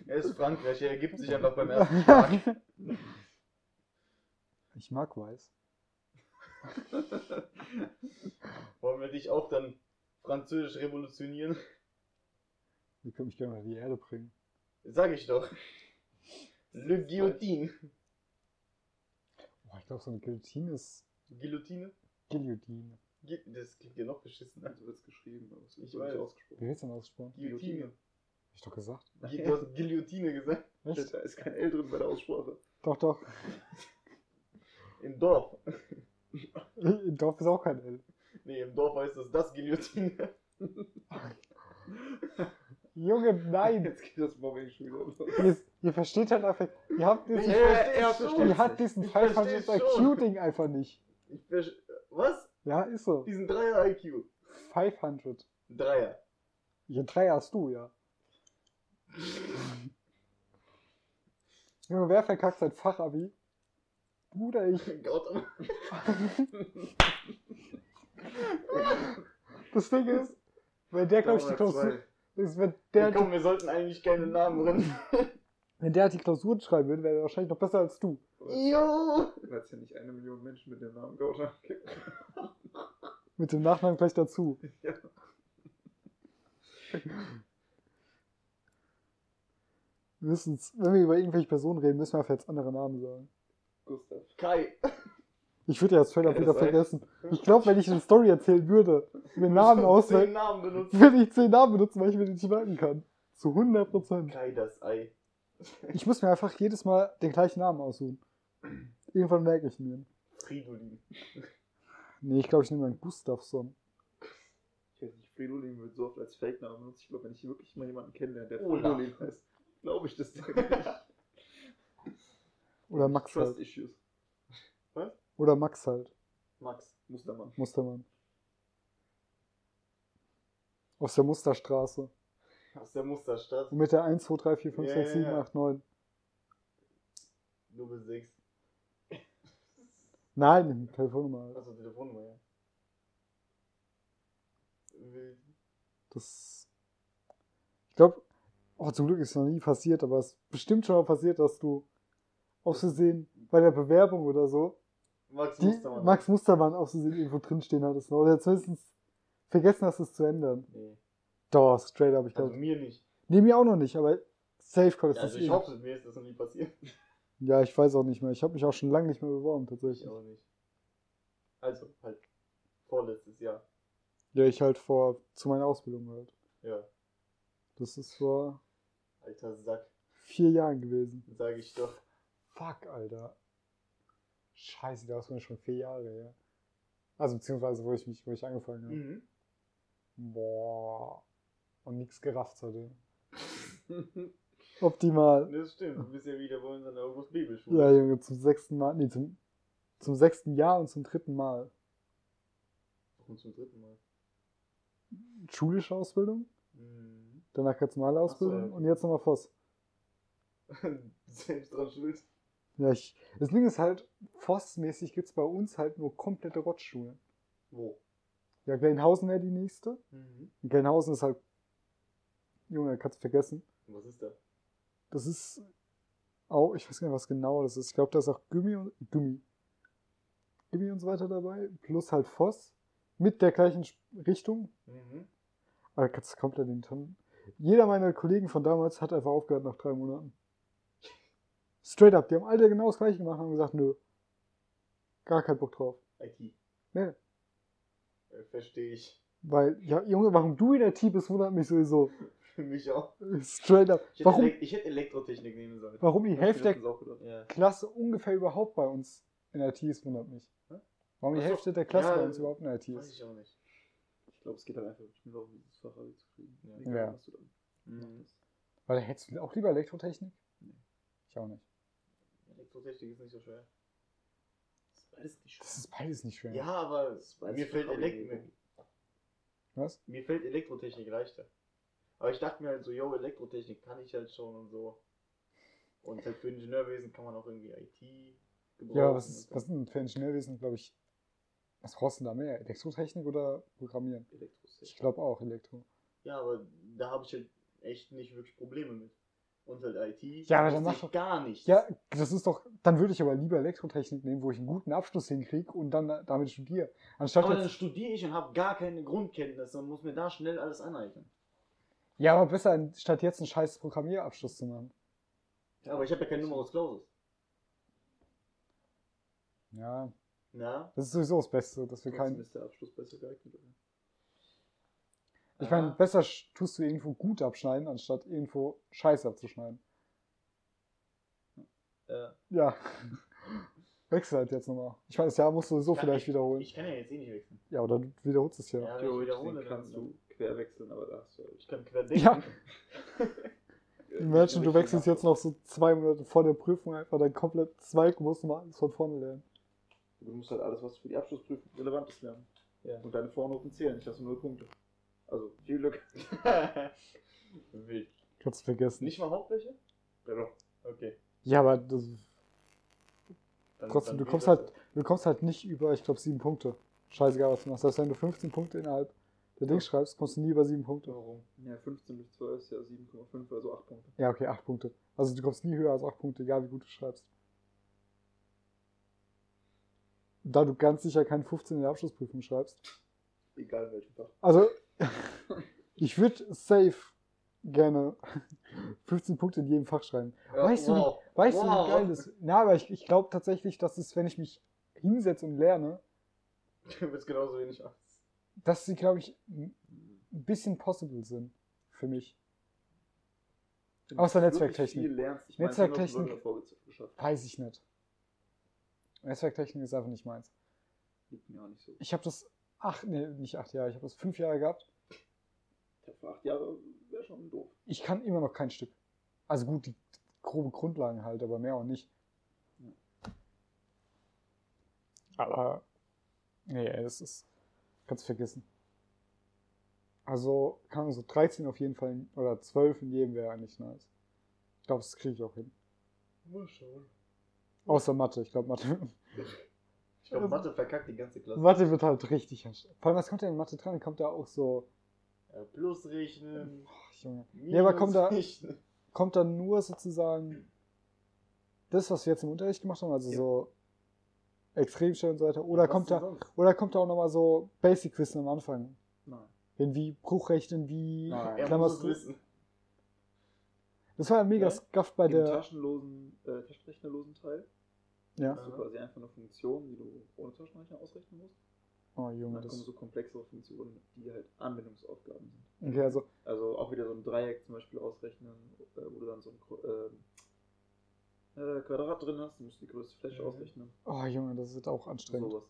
[SPEAKER 2] Er ist Frankreich, er ergibt sich einfach beim ersten Tag.
[SPEAKER 1] Ich mag weiß.
[SPEAKER 2] Wollen wir dich auch dann französisch revolutionieren?
[SPEAKER 1] Die können mich gerne auf die Erde bringen.
[SPEAKER 2] Sag ich doch. Le Guillotine.
[SPEAKER 1] Boah, ich glaube, so eine Guillotine ist
[SPEAKER 2] Guillotine?
[SPEAKER 1] Guillotine.
[SPEAKER 2] Gu- Das klingt ja noch ne? beschissener.
[SPEAKER 3] Also wird's geschrieben, aber es
[SPEAKER 2] Ich
[SPEAKER 3] wird
[SPEAKER 2] weiß.
[SPEAKER 3] nicht ausgesprochen.
[SPEAKER 1] Wie willst du denn aussprechen?
[SPEAKER 2] Guillotine.
[SPEAKER 1] Hab ich doch gesagt.
[SPEAKER 2] Gui- Du hast Guillotine gesagt.
[SPEAKER 1] Echt?
[SPEAKER 3] Da ist kein L drin bei der Aussprache.
[SPEAKER 1] Doch, doch.
[SPEAKER 2] Im Dorf.
[SPEAKER 1] Im Dorf ist auch kein L.
[SPEAKER 2] Nee, im Dorf heißt das das Guillotine.
[SPEAKER 1] Junge, nein.
[SPEAKER 3] Jetzt geht das Mobbing schon wieder los.
[SPEAKER 1] ihr, ihr versteht halt einfach. Ihr habt diesen,
[SPEAKER 2] Ich versteh's
[SPEAKER 3] er
[SPEAKER 2] schon.
[SPEAKER 1] ihr habt diesen
[SPEAKER 2] Ich
[SPEAKER 1] 500
[SPEAKER 2] versteh's schon.
[SPEAKER 1] IQ-Ding einfach nicht.
[SPEAKER 2] Ich verste- Was?
[SPEAKER 1] Ja, ist so.
[SPEAKER 2] Diesen Dreier-IQ.
[SPEAKER 1] 500.
[SPEAKER 2] Dreier.
[SPEAKER 1] Ja, drei hast du, ja. Junge, wer verkackt sein Fachabi? Du oder ich?
[SPEAKER 2] Gott,
[SPEAKER 1] Das Ding ist, wenn der, glaube ich, die
[SPEAKER 3] Damals
[SPEAKER 1] Klausur,
[SPEAKER 3] zwei.
[SPEAKER 1] ist, wenn, der, die,
[SPEAKER 2] komm, wir sollten eigentlich keine Namen rennen.
[SPEAKER 1] wenn der halt die Klausuren schreiben würde, wäre er wahrscheinlich noch besser als du.
[SPEAKER 2] Jo!
[SPEAKER 3] Weil es ja nicht eine Million Menschen mit dem Namen Gauta gibt.
[SPEAKER 1] Mit dem Nachnamen gleich dazu. Wir wissen's. Wenn wir über irgendwelche Personen reden, müssen wir einfach jetzt andere Namen sagen.
[SPEAKER 3] Gustav.
[SPEAKER 2] Kai.
[SPEAKER 1] Ich würde ja das Trailer
[SPEAKER 3] Ja,
[SPEAKER 1] wieder
[SPEAKER 3] das war-
[SPEAKER 1] vergessen. Ich glaube, wenn ich eine Story erzählen würde, mir Namen
[SPEAKER 2] Den
[SPEAKER 1] auswählen,
[SPEAKER 2] Namen benutzt.
[SPEAKER 1] würde ich zehn Namen benutzen, weil ich mir die nicht merken kann. Zu 100 Prozent.
[SPEAKER 2] Kai das Ei.
[SPEAKER 1] Ich muss mir einfach jedes Mal den gleichen Namen aussuchen. Irgendwann merke ich mir.
[SPEAKER 2] Fridolin.
[SPEAKER 1] Nee, ich glaube, ich nehme dann Gustafsson.
[SPEAKER 3] Ich weiß nicht, Fridolin wird so oft als Fake-Name benutzt. Ich glaube, wenn ich wirklich mal jemanden kennenlerne, der
[SPEAKER 2] Olaf.
[SPEAKER 3] Fridolin heißt, glaube ich das dann nicht.
[SPEAKER 1] Oder Max
[SPEAKER 3] Trust
[SPEAKER 1] halt.
[SPEAKER 3] Issues.
[SPEAKER 1] Oder Max halt.
[SPEAKER 3] Max, Mustermann.
[SPEAKER 1] Mustermann. Aus der Musterstraße.
[SPEAKER 2] Aus der Musterstadt.
[SPEAKER 1] Und mit der 1, 2, 3, 4, 5,
[SPEAKER 2] Ja,
[SPEAKER 1] 6,
[SPEAKER 2] ja,
[SPEAKER 1] 7,
[SPEAKER 2] ja.
[SPEAKER 1] 8, 9.
[SPEAKER 2] Nummer 6.
[SPEAKER 1] Nein, Telefonnummer. halt.
[SPEAKER 2] Achso, Telefonnummer, ja. Wild.
[SPEAKER 1] Das. Ich glaube, oh, zum Glück ist es noch nie passiert, aber es ist bestimmt schon mal passiert, dass du aus Versehen bei der Bewerbung oder so
[SPEAKER 2] Max
[SPEAKER 1] die
[SPEAKER 2] Mustermann.
[SPEAKER 1] Max Mustermann aus Versehen irgendwo drinstehen hattest. ne? Oder zumindest vergessen hast, es zu ändern.
[SPEAKER 2] Nee.
[SPEAKER 1] Doch, straight up, ich
[SPEAKER 2] Also
[SPEAKER 1] glaube.
[SPEAKER 2] mir nicht.
[SPEAKER 1] Nee, mir auch noch nicht, aber safe kommt es
[SPEAKER 2] Also
[SPEAKER 1] nicht.
[SPEAKER 2] ich hoffe, mir ist das noch nie passiert.
[SPEAKER 1] Ja, ich weiß auch nicht mehr. Ich habe mich auch schon lange nicht mehr beworben, tatsächlich.
[SPEAKER 2] Ich auch nicht. Also, halt. Vorletztes Jahr.
[SPEAKER 1] Ja, ich halt vor, zu meiner Ausbildung halt.
[SPEAKER 2] Ja.
[SPEAKER 1] Das ist vor
[SPEAKER 2] Alter Sack,
[SPEAKER 1] vier Jahren gewesen.
[SPEAKER 2] sage ich doch.
[SPEAKER 1] Fuck, Alter. Scheiße, da war mir schon vier Jahre, ja. Also beziehungsweise, wo ich mich, wo ich angefangen habe.
[SPEAKER 2] Mhm.
[SPEAKER 1] Boah. Und nichts gerafft seitdem. Optimal.
[SPEAKER 2] Das stimmt. Du bist ja wieder bei uns an der August-Bibelschule.
[SPEAKER 1] Ja, Junge, zum sechsten Mal, nee, zum, zum sechsten Jahr und zum dritten Mal.
[SPEAKER 2] Und zum dritten Mal.
[SPEAKER 1] Schulische Ausbildung,
[SPEAKER 2] Mhm.
[SPEAKER 1] danach ganz normale
[SPEAKER 2] so,
[SPEAKER 1] Ausbildung
[SPEAKER 2] ja, okay.
[SPEAKER 1] und jetzt nochmal Voss.
[SPEAKER 2] Selbst dran schuld.
[SPEAKER 1] Ja, ich, das Ding ist halt, Voss-mäßig gibt's bei uns halt nur komplette Rotzschulen.
[SPEAKER 2] Wo?
[SPEAKER 1] Ja, Glenhausen wäre die nächste.
[SPEAKER 2] Mhm.
[SPEAKER 1] Und Glenhausen ist halt, Junge, kannst du vergessen.
[SPEAKER 2] Was ist da?
[SPEAKER 1] Das ist auch, ich weiß gar nicht, was genau das ist. Ich glaube, da ist auch Gummi und Gummi. Gummi und so weiter dabei, plus halt Voss mit der gleichen Sp- Richtung. Ah,
[SPEAKER 2] Mhm.
[SPEAKER 1] Aber kannst du komplett den Tonnen. Jeder meiner Kollegen von damals hat einfach aufgehört nach drei Monaten. Straight up, die haben alle genau das gleiche gemacht und haben gesagt, nö. Gar keinen Bock drauf.
[SPEAKER 2] IT.
[SPEAKER 1] Nee.
[SPEAKER 2] Äh, Verstehe ich.
[SPEAKER 1] Weil, ja, Junge, warum du in der T bist, wundert mich sowieso.
[SPEAKER 2] Für mich auch.
[SPEAKER 1] Straight up.
[SPEAKER 2] Ich hätte,
[SPEAKER 1] Warum,
[SPEAKER 2] Elek- ich hätte Elektrotechnik nehmen sollen.
[SPEAKER 1] warum die Hälfte der
[SPEAKER 2] Ja.
[SPEAKER 1] Klasse ungefähr überhaupt bei uns in IT ist, wundert mich. ne?
[SPEAKER 2] Hä?
[SPEAKER 1] Warum die
[SPEAKER 2] Ach so.
[SPEAKER 1] Hälfte der Klasse
[SPEAKER 2] Ja,
[SPEAKER 1] bei uns überhaupt in IT
[SPEAKER 2] Weiß
[SPEAKER 1] ist.
[SPEAKER 2] ich auch nicht.
[SPEAKER 3] Ich glaube, es geht halt einfach nicht mehr darum, dieses Fach alle zu kriegen.
[SPEAKER 2] Ja.
[SPEAKER 3] Egal,
[SPEAKER 1] Ja.
[SPEAKER 3] was du dann
[SPEAKER 2] Mhm.
[SPEAKER 3] machst.
[SPEAKER 1] Weil hättest du auch lieber Elektrotechnik? Ich auch nicht.
[SPEAKER 2] Elektrotechnik ist nicht so schwer. Das ist alles nicht schwer.
[SPEAKER 1] Das ist beides nicht schwer.
[SPEAKER 2] Ja, aber mir fällt, Elekt
[SPEAKER 1] Was?
[SPEAKER 2] mir fällt Elektrotechnik leichter. Aber ich dachte mir halt so, yo, Elektrotechnik kann ich halt schon und so. Und halt für Ingenieurwesen kann man auch irgendwie IT gebrauchen.
[SPEAKER 1] Ja, was ist,
[SPEAKER 2] und
[SPEAKER 1] was ist denn für Ingenieurwesen, glaube ich, was brauchst du denn da mehr? Elektrotechnik oder Programmieren? Ich
[SPEAKER 3] Elektrotechnik.
[SPEAKER 1] glaube auch Elektro.
[SPEAKER 2] so. Ja, aber da habe ich halt echt nicht wirklich Probleme mit. Und halt IT.
[SPEAKER 1] Ja, aber dann
[SPEAKER 2] wusste
[SPEAKER 1] mach
[SPEAKER 2] ich
[SPEAKER 1] doch-
[SPEAKER 2] gar nicht.
[SPEAKER 1] Ja, das ist doch, dann würde ich aber lieber Elektrotechnik nehmen, wo ich einen guten Abschluss hinkriege und dann damit studiere. Anstatt
[SPEAKER 2] Aber dann
[SPEAKER 1] jetzt,
[SPEAKER 2] studiere ich und habe gar keine Grundkenntnisse und muss mir da schnell alles aneignen.
[SPEAKER 1] ja, aber besser, anstatt jetzt einen scheiß Programmierabschluss zu machen.
[SPEAKER 2] Aber ich habe ja keine Nummer aus Klausus.
[SPEAKER 1] Ja,
[SPEAKER 2] Na?
[SPEAKER 1] das ist sowieso das Beste, dass wir
[SPEAKER 3] Trotzdem
[SPEAKER 1] keinen,
[SPEAKER 3] ist der Abschluss besser geeignet. oder?
[SPEAKER 1] ich meine,
[SPEAKER 2] Ah.
[SPEAKER 1] besser sch- tust du irgendwo gut abschneiden, anstatt irgendwo scheiße abzuschneiden.
[SPEAKER 2] Äh,
[SPEAKER 1] Ja. Wechsel halt jetzt nochmal. Ich meine, das Jahr musst du sowieso
[SPEAKER 2] Ja,
[SPEAKER 1] vielleicht wiederholen.
[SPEAKER 2] ich kann ja jetzt eh nicht wechseln.
[SPEAKER 1] ja, oder du wiederholst es ja.
[SPEAKER 2] Ja, wenn ich
[SPEAKER 3] Theoretisch
[SPEAKER 2] wiederhole,
[SPEAKER 3] gesehen
[SPEAKER 2] dann
[SPEAKER 3] kannst du quer wechseln, aber da hast du halt.
[SPEAKER 2] Ich kann quer denken.
[SPEAKER 1] Ja.
[SPEAKER 3] äh,
[SPEAKER 1] Imagine,
[SPEAKER 3] nicht
[SPEAKER 1] du wechselst
[SPEAKER 3] nach-
[SPEAKER 1] jetzt noch so zwei Monate vor der Prüfung einfach dein komplett Zweig und musst du mal alles von vorne lernen.
[SPEAKER 3] Du musst halt alles, was für die Abschlussprüfung relevant ist, lernen.
[SPEAKER 2] Ja.
[SPEAKER 3] Und deine Vornoten zählen, nicht hast du null Punkte. Also, viel Glück.
[SPEAKER 2] Wild.
[SPEAKER 1] Kannst du vergessen.
[SPEAKER 2] Nicht mal Hauptfläche?
[SPEAKER 3] Ja, doch.
[SPEAKER 2] Okay.
[SPEAKER 1] Ja, aber das,
[SPEAKER 2] Dann,
[SPEAKER 1] trotzdem, du
[SPEAKER 2] geht
[SPEAKER 1] kommst
[SPEAKER 2] das
[SPEAKER 1] halt, du kommst halt nicht über, ich glaube, sieben Punkte. Scheißegal, was du machst. Selbst wenn du 15 Punkte innerhalb der Dings schreibst, kommst du nie über sieben Punkte.
[SPEAKER 2] Warum?
[SPEAKER 3] Ja, 15 durch 2 ist ja 7,5, also 8 Punkte.
[SPEAKER 1] Ja, okay, acht Punkte. Also du kommst nie höher als acht Punkte, egal wie gut du schreibst. Da du ganz sicher keinen 15 in der Abschlussprüfung schreibst.
[SPEAKER 3] Egal in welchem Fach.
[SPEAKER 1] Also, ich würde safe gerne 15 Punkte in jedem Fach schreiben.
[SPEAKER 2] Ja,
[SPEAKER 1] Weißt du, wie-
[SPEAKER 2] wow.
[SPEAKER 1] Weißt
[SPEAKER 2] Wow.
[SPEAKER 1] du, wie geil das ist? Na, aber ich, ich glaube tatsächlich, dass es, wenn ich mich hinsetze und lerne,
[SPEAKER 2] Du bist genauso wenig aus.
[SPEAKER 1] dass sie, glaube ich, ein bisschen possible sind für mich.
[SPEAKER 3] Wenn
[SPEAKER 1] Außer
[SPEAKER 3] du wirklich
[SPEAKER 1] Netzwerktechnik.
[SPEAKER 3] viel lernst, ich meine, es
[SPEAKER 1] Netzwerktechnik.
[SPEAKER 3] haben wir vorgezogen geschafft.
[SPEAKER 1] Weiß ich nicht. Netzwerktechnik ist einfach nicht meins.
[SPEAKER 3] Liegt mir auch nicht so.
[SPEAKER 1] Ich habe das acht, nee, nicht acht Jahre, ich habe das fünf Jahre gehabt.
[SPEAKER 3] Ich hab vor acht Jahre wäre schon doof.
[SPEAKER 1] Ich kann immer noch kein Stück. Also gut, die grobe Grundlagen halt, aber mehr auch nicht. Aber, nee, ey, das ist, kannst vergessen. Also, kann man so 13 auf jeden Fall, oder 12 in jedem wäre eigentlich nice. Ich glaube, das kriege ich auch hin.
[SPEAKER 2] Mal schauen.
[SPEAKER 1] Außer Mathe, ich glaube, Mathe,
[SPEAKER 4] Ich glaube, Mathe verkackt die ganze Klasse.
[SPEAKER 1] Mathe wird halt richtig anstrengend. Vor allem, was kommt denn in Mathe dran? Kommt da auch so,
[SPEAKER 4] Äh, Plus rechnen.
[SPEAKER 1] ach, Junge. Ja, aber kommt da-
[SPEAKER 4] rechnen.
[SPEAKER 1] kommt dann nur sozusagen das, was wir jetzt im Unterricht gemacht haben, also
[SPEAKER 4] Ja.
[SPEAKER 1] so Extremstellen und so weiter, oder
[SPEAKER 4] Was
[SPEAKER 1] kommt
[SPEAKER 4] denn
[SPEAKER 1] da,
[SPEAKER 4] sonst?
[SPEAKER 1] oder kommt da auch nochmal so Basic Wissen am Anfang?
[SPEAKER 3] Nein.
[SPEAKER 1] Wenn wie Bruchrechnen, wie
[SPEAKER 3] Nein.
[SPEAKER 4] Er muss
[SPEAKER 1] Klammerst
[SPEAKER 4] es
[SPEAKER 1] du-
[SPEAKER 4] wissen.
[SPEAKER 1] Das war ja mega
[SPEAKER 3] Ja.
[SPEAKER 1] scuff bei
[SPEAKER 3] Im
[SPEAKER 1] der.
[SPEAKER 3] taschenlosen, äh, taschenrechnerlosen Teil
[SPEAKER 1] Ja.
[SPEAKER 3] hast du quasi einfach eine Funktion, die du ohne Taschenrechner ausrechnen musst.
[SPEAKER 1] Oh
[SPEAKER 3] Und
[SPEAKER 1] Junge,
[SPEAKER 3] dann kommen
[SPEAKER 1] das.
[SPEAKER 3] so komplexere Funktionen, die halt Anwendungsaufgaben sind.
[SPEAKER 1] Okay, also
[SPEAKER 3] Also auch wieder so ein Dreieck zum Beispiel ausrechnen, äh, wo du dann so ein Qu- ähm, äh, Quadrat drin hast, du musst die größte Fläche
[SPEAKER 4] Mhm.
[SPEAKER 3] ausrechnen.
[SPEAKER 1] oh Junge, das wird auch anstrengend.
[SPEAKER 3] Sowas.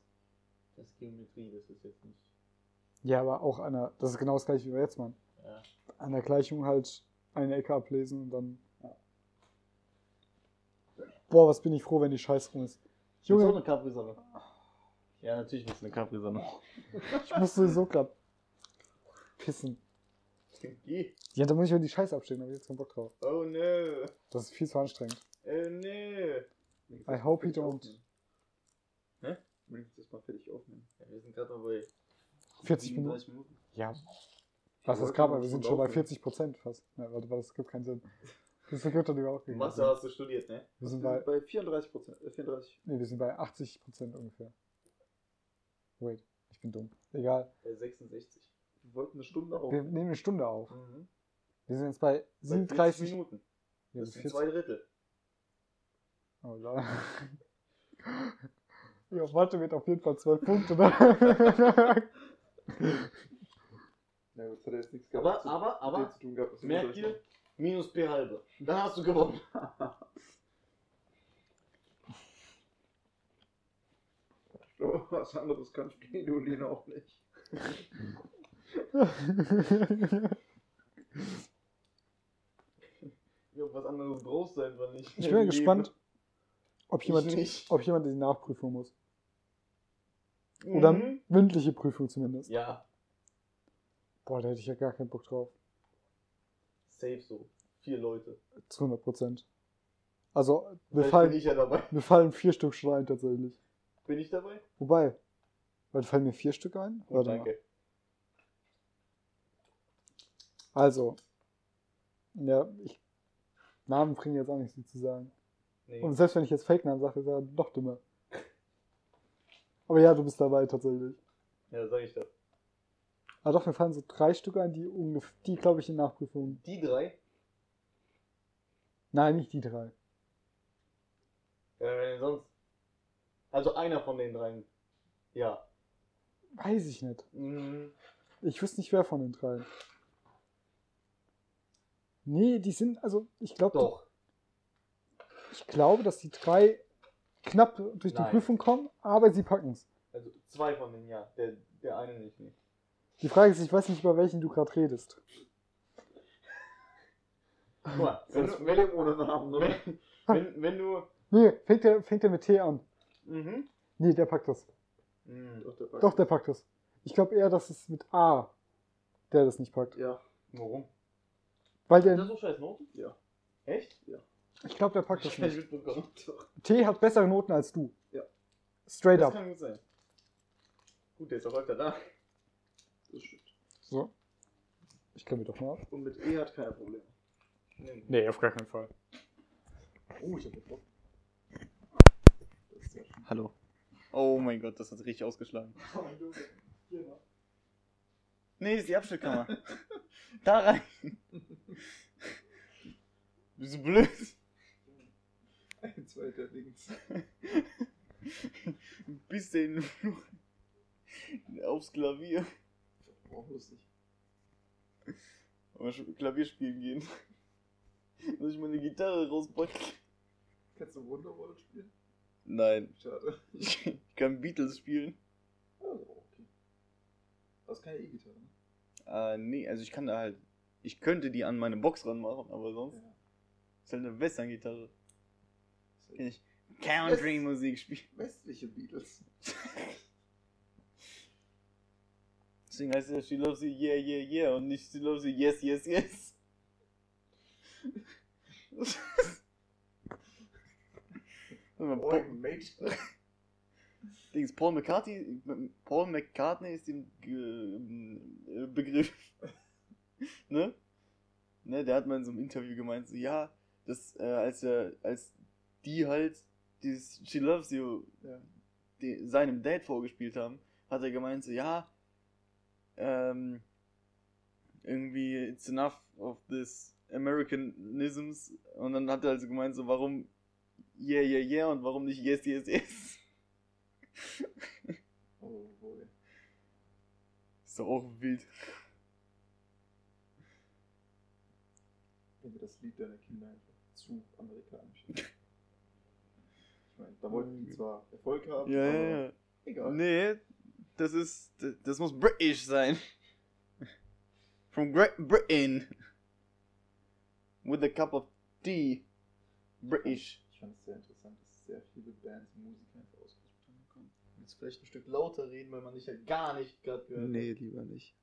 [SPEAKER 4] Das ist Geometrie, das ist jetzt nicht.
[SPEAKER 1] Ja, aber auch an der. Das ist genau das gleiche wie wir jetzt machen.
[SPEAKER 4] Ja.
[SPEAKER 1] An der Gleichung halt eine Ecke ablesen und dann. Boah, was bin ich froh, wenn die Scheiß rum ist.
[SPEAKER 6] Junge.
[SPEAKER 1] Junge,
[SPEAKER 6] eine Capri-Sonne.
[SPEAKER 4] Ja, natürlich nicht.
[SPEAKER 6] Eine Capri-Sonne.
[SPEAKER 1] Ich muss sowieso gerade pissen.
[SPEAKER 2] Geh.
[SPEAKER 1] Ja, da muss ich über die Scheiße abstehen, da hab ich jetzt keinen Bock drauf.
[SPEAKER 2] Oh no.
[SPEAKER 1] Das ist viel zu anstrengend.
[SPEAKER 3] Äh,
[SPEAKER 2] Oh no.
[SPEAKER 1] I hope he don't.
[SPEAKER 2] Hä?
[SPEAKER 3] Übrigens das mal fertig aufnehmen.
[SPEAKER 2] Ja, wir sind gerade mal bei
[SPEAKER 1] 40 Minuten.
[SPEAKER 2] 37 Minuten.
[SPEAKER 1] Ja. Was ist
[SPEAKER 3] wollte
[SPEAKER 1] gerade?
[SPEAKER 3] noch
[SPEAKER 1] Wir sind
[SPEAKER 3] schon
[SPEAKER 1] schon bei
[SPEAKER 3] laufen.
[SPEAKER 1] 40 Prozent fast. Na, warte, warte, das gibt keinen Sinn. Das gibt dann überhaupt keinen
[SPEAKER 2] Mathe
[SPEAKER 1] Sinn.
[SPEAKER 2] hast du studiert, ne?
[SPEAKER 1] Wir
[SPEAKER 3] Wir
[SPEAKER 1] sind bei,
[SPEAKER 3] sind bei 34 Prozent. Äh, 34.
[SPEAKER 1] nee, wir sind bei 80 Prozent ungefähr. Wait, ich bin dumm. Egal.
[SPEAKER 2] Bei 66.
[SPEAKER 3] Wir wollten eine Stunde auf.
[SPEAKER 1] Wir nehmen eine Stunde auf.
[SPEAKER 2] Mhm.
[SPEAKER 1] Wir sind jetzt bei
[SPEAKER 2] Bei 40
[SPEAKER 1] 37 Minuten.
[SPEAKER 2] Minuten. Das sind zwei Drittel.
[SPEAKER 1] Oh, lol. Ja, Mathe wird auf jeden Fall 12 Punkte. Ne?
[SPEAKER 3] Ja, das hat ja jetzt nichts
[SPEAKER 2] Aber,
[SPEAKER 3] zu-
[SPEAKER 2] aber,
[SPEAKER 3] mit dem
[SPEAKER 2] aber,
[SPEAKER 3] zu tun gehabt. was wir
[SPEAKER 2] merkt
[SPEAKER 3] unterrichtet
[SPEAKER 2] ihr? Minus P halbe. Dann hast du gewonnen.
[SPEAKER 3] haben. Oh, Was anderes kannst du Fridolin auch nicht.
[SPEAKER 2] Ja, was anderes brauchst du einfach nicht.
[SPEAKER 1] Ich bin ja gespannt, ob
[SPEAKER 2] Ich
[SPEAKER 1] jemand,
[SPEAKER 2] nicht.
[SPEAKER 1] ob jemand in die Nachprüfung muss. Oder
[SPEAKER 2] Mhm.
[SPEAKER 1] mündliche Prüfung zumindest.
[SPEAKER 2] Ja,
[SPEAKER 1] Boah, da hätte ich ja gar keinen Bock drauf.
[SPEAKER 2] safe so. Vier Leute.
[SPEAKER 1] Zu 100 Prozent. Also, mir
[SPEAKER 2] Vielleicht
[SPEAKER 1] fallen,
[SPEAKER 2] bin ich ja dabei.
[SPEAKER 1] mir fallen vier Stück schon ein tatsächlich.
[SPEAKER 2] Bin ich dabei?
[SPEAKER 1] Wobei, weil fallen mir vier Stück ein?
[SPEAKER 2] Oh,
[SPEAKER 1] Warte mal.
[SPEAKER 2] danke.
[SPEAKER 1] Also, ja, ich, Namen bringen jetzt auch nichts zu sagen.
[SPEAKER 2] Nee.
[SPEAKER 1] Und selbst wenn ich jetzt Fake-Namen sage, ist er noch dümmer. Aber ja, du bist dabei tatsächlich.
[SPEAKER 2] Ja, sag ich das.
[SPEAKER 1] Ah doch, mir fallen so drei Stück ein, die ungef- die glaube ich in Nachprüfung.
[SPEAKER 2] Die drei,
[SPEAKER 1] Nein, nicht die drei.
[SPEAKER 2] ja, wer denn sonst? Also einer von den dreien. Ja.
[SPEAKER 1] Weiß ich nicht.
[SPEAKER 2] Mhm.
[SPEAKER 1] Ich wüsste nicht, wer von den dreien. Nee, die sind, also ich glaube,
[SPEAKER 2] Doch.
[SPEAKER 1] ich glaube, dass die drei knapp durch die
[SPEAKER 2] Nein.
[SPEAKER 1] Prüfung kommen, aber sie packen es.
[SPEAKER 2] Also zwei von denen, ja. Der, der eine nicht. Nee.
[SPEAKER 1] Die Frage ist, ich weiß nicht, über welchen du gerade redest.
[SPEAKER 2] Guck mal, wenn,
[SPEAKER 3] Das
[SPEAKER 2] du-
[SPEAKER 3] wäre ohne Namen, oder?
[SPEAKER 2] wenn, wenn, wenn du.
[SPEAKER 1] Nee, fängt der, fängt der mit T an.
[SPEAKER 2] Mhm.
[SPEAKER 1] Nee, der packt das.
[SPEAKER 2] Mhm.
[SPEAKER 3] Doch, der Bug.
[SPEAKER 1] Doch, der packt das. Ich glaube eher, dass es mit A, der das nicht packt.
[SPEAKER 3] Ja,
[SPEAKER 2] Warum?
[SPEAKER 1] Weil
[SPEAKER 2] Hat der
[SPEAKER 1] der,
[SPEAKER 2] so scheiß Noten?
[SPEAKER 3] Ja.
[SPEAKER 2] Echt?
[SPEAKER 1] ich glaube, der packt das
[SPEAKER 2] Ich hab
[SPEAKER 1] nicht.
[SPEAKER 2] nicht mitbekommen.
[SPEAKER 3] doch.
[SPEAKER 1] T hat bessere Noten als du.
[SPEAKER 3] Ja.
[SPEAKER 1] Straight
[SPEAKER 2] Das
[SPEAKER 1] up.
[SPEAKER 2] kann gut sein. Gut, der ist auch öfter da.
[SPEAKER 3] Das stimmt.
[SPEAKER 1] So. Ich kann mir doch mal ab.
[SPEAKER 3] Und mit E hat keiner Probleme.
[SPEAKER 2] Nee.
[SPEAKER 1] Nee, auf gar keinen Fall.
[SPEAKER 3] Oh, ich hab den Bock. Das ist ja schön.
[SPEAKER 6] Hallo. Oh mein Gott, das hat richtig ausgeschlagen. Nee, das ist die Abstellkammer. da rein.
[SPEAKER 2] Bist du blöd?
[SPEAKER 3] Ein zweiter links.
[SPEAKER 2] Bis den Fluch aufs Klavier.
[SPEAKER 3] Boah, lustig.
[SPEAKER 2] Aber schon Klavier spielen gehen. Soll ich meine Gitarre rauspacken?
[SPEAKER 3] Kannst du Wonderwall spielen?
[SPEAKER 2] Nein.
[SPEAKER 3] Schade.
[SPEAKER 2] Ich kann Beatles spielen.
[SPEAKER 3] Also, okay. Das ist keine E-Gitarre, ne?
[SPEAKER 2] Äh, nee, also ich kann da halt. Ich könnte die an meine Box ranmachen, aber sonst.
[SPEAKER 3] Ja.
[SPEAKER 2] Ist halt eine Western-Gitarre.
[SPEAKER 3] Das ist
[SPEAKER 2] Kann
[SPEAKER 3] ja
[SPEAKER 2] ich Country-Musik spielen.
[SPEAKER 3] Westliche Beatles.
[SPEAKER 2] Deswegen heißt es ja She Loves You Yeah Yeah Yeah und nicht She Loves You Yes Yes Yes. Warte mal,
[SPEAKER 3] Oh,
[SPEAKER 2] Paul-
[SPEAKER 3] Mate.
[SPEAKER 2] Dings, Paul McCartney, Paul McCartney ist dem Ge- äh, Begriff. ne? Ne, der hat mal in so einem Interview gemeint, so, ja, das, äh, als er, als die halt dieses She Loves You
[SPEAKER 3] Ja.
[SPEAKER 2] de, seinem Dad vorgespielt haben, hat er gemeint, so, ja, ähm, irgendwie, it's enough of this Americanisms. Und dann hat er also gemeint, so, warum yeah, yeah, yeah und warum nicht yes, yes, yes.
[SPEAKER 3] Oh, boy.
[SPEAKER 2] Ist doch auch wild.
[SPEAKER 3] Wenn wir das Lied deiner Kinder einfach zu amerikanisch ist. Ich meine, da wollten die zwar Erfolg haben,
[SPEAKER 2] Hm. Ja,
[SPEAKER 3] aber
[SPEAKER 2] ja, ja.
[SPEAKER 3] egal.
[SPEAKER 2] Nee, das ist. Das muss British sein. From Great Britain. With a cup of tea. British.
[SPEAKER 3] Ich fand es sehr interessant, dass sehr viele Bands und Musiker einfach aus Großbritannien kommen.
[SPEAKER 7] Jetzt vielleicht ein Stück lauter reden, weil man dich halt gar nicht gerade gehört. hat.
[SPEAKER 3] lieber nicht.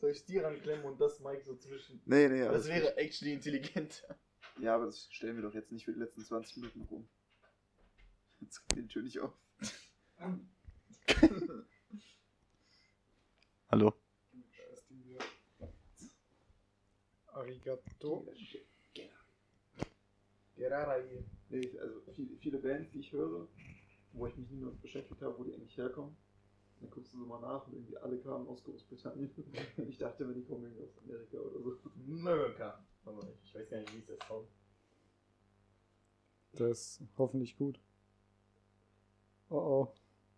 [SPEAKER 7] Soll ich dir ranklemmen und das Mike so zwischen?
[SPEAKER 3] Nee, nee,
[SPEAKER 7] das wäre actually intelligenter.
[SPEAKER 3] Ja, aber das stellen wir doch jetzt nicht für die letzten 20 Minuten rum. Jetzt geht die Tür nicht auf.
[SPEAKER 2] Hallo.
[SPEAKER 1] Scheiß Ding wieder. Arigato.
[SPEAKER 7] Gerade hier.
[SPEAKER 3] Nee, also viele, viele Bands, die ich höre, wo ich mich nie mehr mit beschäftigt habe, wo die eigentlich herkommen. Dann guckst du so mal nach und irgendwie alle kamen aus Großbritannien. Ich dachte, wenn die kommen irgendwie aus Amerika oder so.
[SPEAKER 7] America. Aber Ich weiß gar nicht, wie ist das Song.
[SPEAKER 1] Das ist hoffentlich gut. Oh oh.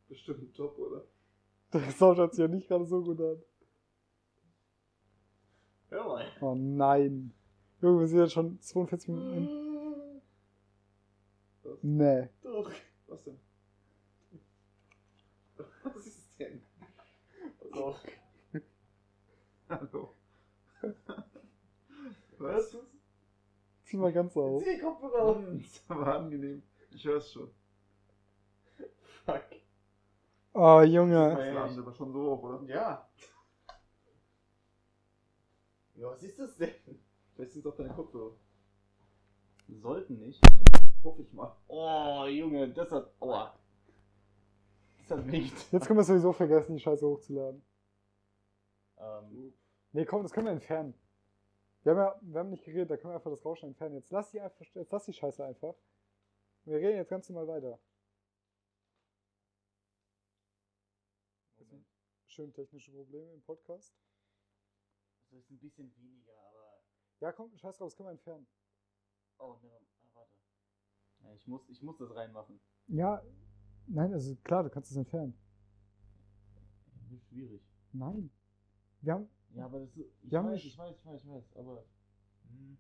[SPEAKER 3] Bestimmt top, oder?
[SPEAKER 1] Der Sound hört sich ja nicht gerade so gut an.
[SPEAKER 7] Hör mal.
[SPEAKER 1] Oh nein. Junge, wir sind jetzt schon 42 Minuten.
[SPEAKER 2] Mm.
[SPEAKER 3] Was?
[SPEAKER 1] in. Nee.
[SPEAKER 7] Doch.
[SPEAKER 3] Was denn? Was ist denn?
[SPEAKER 7] So.
[SPEAKER 3] Hallo.
[SPEAKER 7] Was?
[SPEAKER 3] Was? Oh.
[SPEAKER 1] Zieh mal ganz auf.
[SPEAKER 7] Zieh die Kopfhörer auf.
[SPEAKER 3] Das war angenehm. Ich hör's schon.
[SPEAKER 7] Fuck.
[SPEAKER 1] Oh
[SPEAKER 7] Ja,
[SPEAKER 1] Junge.
[SPEAKER 3] Das laden aber schon so hoch, oder?
[SPEAKER 7] Ja. Ja, was ist das denn?
[SPEAKER 3] Vielleicht sind's auch deine Kopfhörer.
[SPEAKER 5] Sollten nicht.
[SPEAKER 3] Hoffe ich mal.
[SPEAKER 7] Oh, Junge, das hat. Aua. Das hat weh.
[SPEAKER 1] Jetzt können wir sowieso vergessen, die Scheiße hochzuladen.
[SPEAKER 7] Ähm,
[SPEAKER 1] Nee, komm, das können wir entfernen. Wir haben ja wir haben nicht geredet, da können wir einfach das Rauschen entfernen. Jetzt lass die, einfach, jetzt lass die Scheiße einfach. Wir reden jetzt ganz normal weiter. Schön technische Probleme im Podcast.
[SPEAKER 7] das ist ein bisschen weniger, aber.
[SPEAKER 1] Ja, komm, scheiß drauf, das können wir entfernen.
[SPEAKER 7] Oh, ne, ah, warte. Ja, ich, muss, ich muss das reinmachen.
[SPEAKER 1] Ja, nein, also klar, du kannst es entfernen.
[SPEAKER 7] Das ist schwierig.
[SPEAKER 1] Nein. Wir haben,
[SPEAKER 7] Ja, aber das ist. Ich
[SPEAKER 1] Ja,
[SPEAKER 7] weiß,
[SPEAKER 1] Mensch.
[SPEAKER 7] ich weiß, ich weiß, ich weiß, aber. Hm.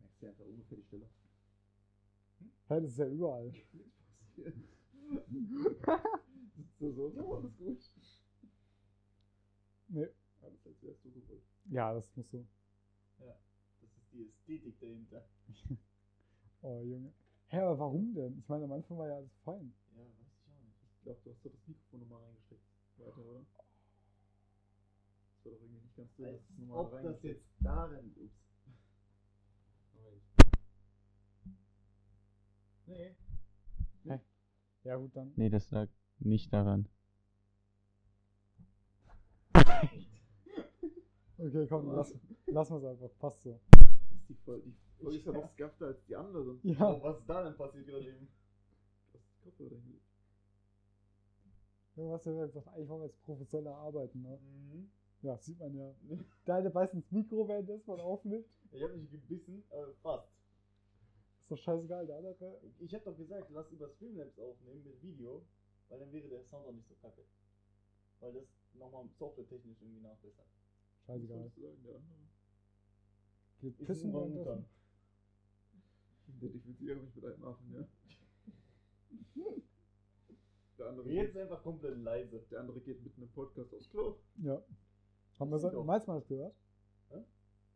[SPEAKER 7] Merkst du einfach ungefähr die Stelle?
[SPEAKER 1] ja, das ist ja überall.
[SPEAKER 3] So, so, so, alles gut.
[SPEAKER 1] Nee.
[SPEAKER 3] Alles als wärst du gewollt.
[SPEAKER 1] Ja, das muss so.
[SPEAKER 7] Das ist die Ästhetik dahinter.
[SPEAKER 1] Oh, Junge. Hä, aber warum denn? Ich meine, am Anfang war ja alles fein.
[SPEAKER 7] Ja, weiß ich auch nicht.
[SPEAKER 3] Ich glaube, du hast doch das Mikrofon nochmal reingesteckt. Weiter, oder? Das war doch irgendwie nicht ganz so, dass es nochmal
[SPEAKER 7] Ob das
[SPEAKER 3] reingesteckt
[SPEAKER 7] jetzt darin. Ups. Moment. Nee.
[SPEAKER 1] Ja, gut, dann.
[SPEAKER 5] Nee, das lag nicht daran.
[SPEAKER 1] Okay, komm, lass, lass mal es einfach. Passt so.
[SPEAKER 3] Das ist die Folge. Die Folge ist ja noch skafter als die anderen.
[SPEAKER 1] Ja,
[SPEAKER 7] Oh, was ist da denn passiert gerade eben?
[SPEAKER 3] Du hast die Kopfhörer hingelegt.
[SPEAKER 1] Junge, was du gesagt eigentlich wollen wir jetzt professioneller arbeiten, ne?
[SPEAKER 7] Mhm.
[SPEAKER 1] Ja, sieht man ja. Deine beißt ins Mikro, während das man aufnimmt.
[SPEAKER 2] Ich habe nicht gebissen,
[SPEAKER 7] äh,
[SPEAKER 2] aber fast.
[SPEAKER 1] Ist doch scheißegal, der andere.
[SPEAKER 2] Ich habe doch gesagt, lass über Streamlabs aufnehmen mit Video, weil dann wäre der Sound auch nicht so kacke. Weil das nochmal softwaretechnisch irgendwie nachbessert.
[SPEAKER 1] Scheißegal.
[SPEAKER 3] würdest du sagen, der andere?
[SPEAKER 1] Wir
[SPEAKER 2] Ist
[SPEAKER 1] pissen
[SPEAKER 2] ein
[SPEAKER 1] und
[SPEAKER 2] Orang-Utan.
[SPEAKER 1] das.
[SPEAKER 3] Identifiziere mich mit einem Affen, ja. Der andere,
[SPEAKER 2] Jetzt einfach komplett leise.
[SPEAKER 3] geht, der andere geht mitten im Podcast aufs Klo.
[SPEAKER 1] Ja. Haben wir
[SPEAKER 2] Doch.
[SPEAKER 1] so, meinst du mal das gehört?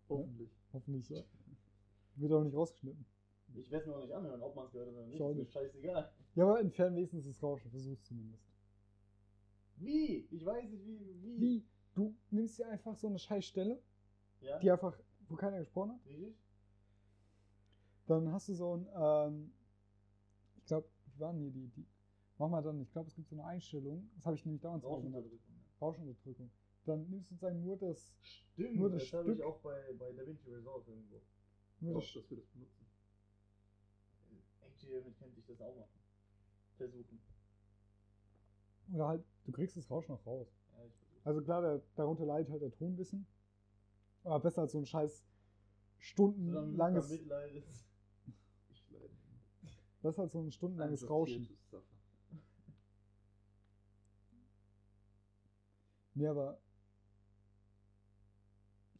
[SPEAKER 3] Hoffentlich.
[SPEAKER 1] Hoffentlich, ja. Wird auch nicht rausgeschnitten.
[SPEAKER 2] Ich werde es mir auch nicht anhören, ob man es gehört hat oder nicht.
[SPEAKER 1] Ich auch
[SPEAKER 2] Ist mir
[SPEAKER 1] nicht.
[SPEAKER 2] scheißegal.
[SPEAKER 1] Ja, aber entfernen wenigstens das Rauschen. Versuch's zumindest.
[SPEAKER 2] Wie? Ich weiß nicht, wie. Wie?
[SPEAKER 1] Wie? Du nimmst dir einfach so eine scheiß Stelle,
[SPEAKER 2] Ja?
[SPEAKER 1] die einfach, wo keiner gesprochen hat.
[SPEAKER 2] Richtig?
[SPEAKER 1] Dann hast du so ein, ähm, ich glaube, wie waren hier die, die? Mach mal dann, ich glaube, es gibt so eine Einstellung. Das habe ich nämlich damals auch gemacht.
[SPEAKER 2] Rauschunterdrückung.
[SPEAKER 1] Rauschunterdrückung. Dann nimmst du sozusagen nur das,
[SPEAKER 2] Stimmt,
[SPEAKER 1] Nur
[SPEAKER 2] das,
[SPEAKER 1] das
[SPEAKER 2] habe ich
[SPEAKER 1] Stück.
[SPEAKER 2] auch bei, bei DaVinci Resolve irgendwo.
[SPEAKER 1] nur
[SPEAKER 3] Auch,
[SPEAKER 1] das
[SPEAKER 3] dass wir das benutzen.
[SPEAKER 2] Actually, damit könnte ich das auch machen. Versuchen.
[SPEAKER 1] Oder halt, du kriegst das Rauschen noch raus.
[SPEAKER 2] Ja, ich versuche.
[SPEAKER 1] Also klar, der, darunter leidet halt der Ton ein bisschen. Aber besser als so ein scheiß stundenlanges,
[SPEAKER 2] Mitleides.
[SPEAKER 3] Ich leide.
[SPEAKER 1] besser als so ein stundenlanges
[SPEAKER 3] Einfach
[SPEAKER 1] Rauschen.
[SPEAKER 3] hier zu suffer.
[SPEAKER 1] Nee, aber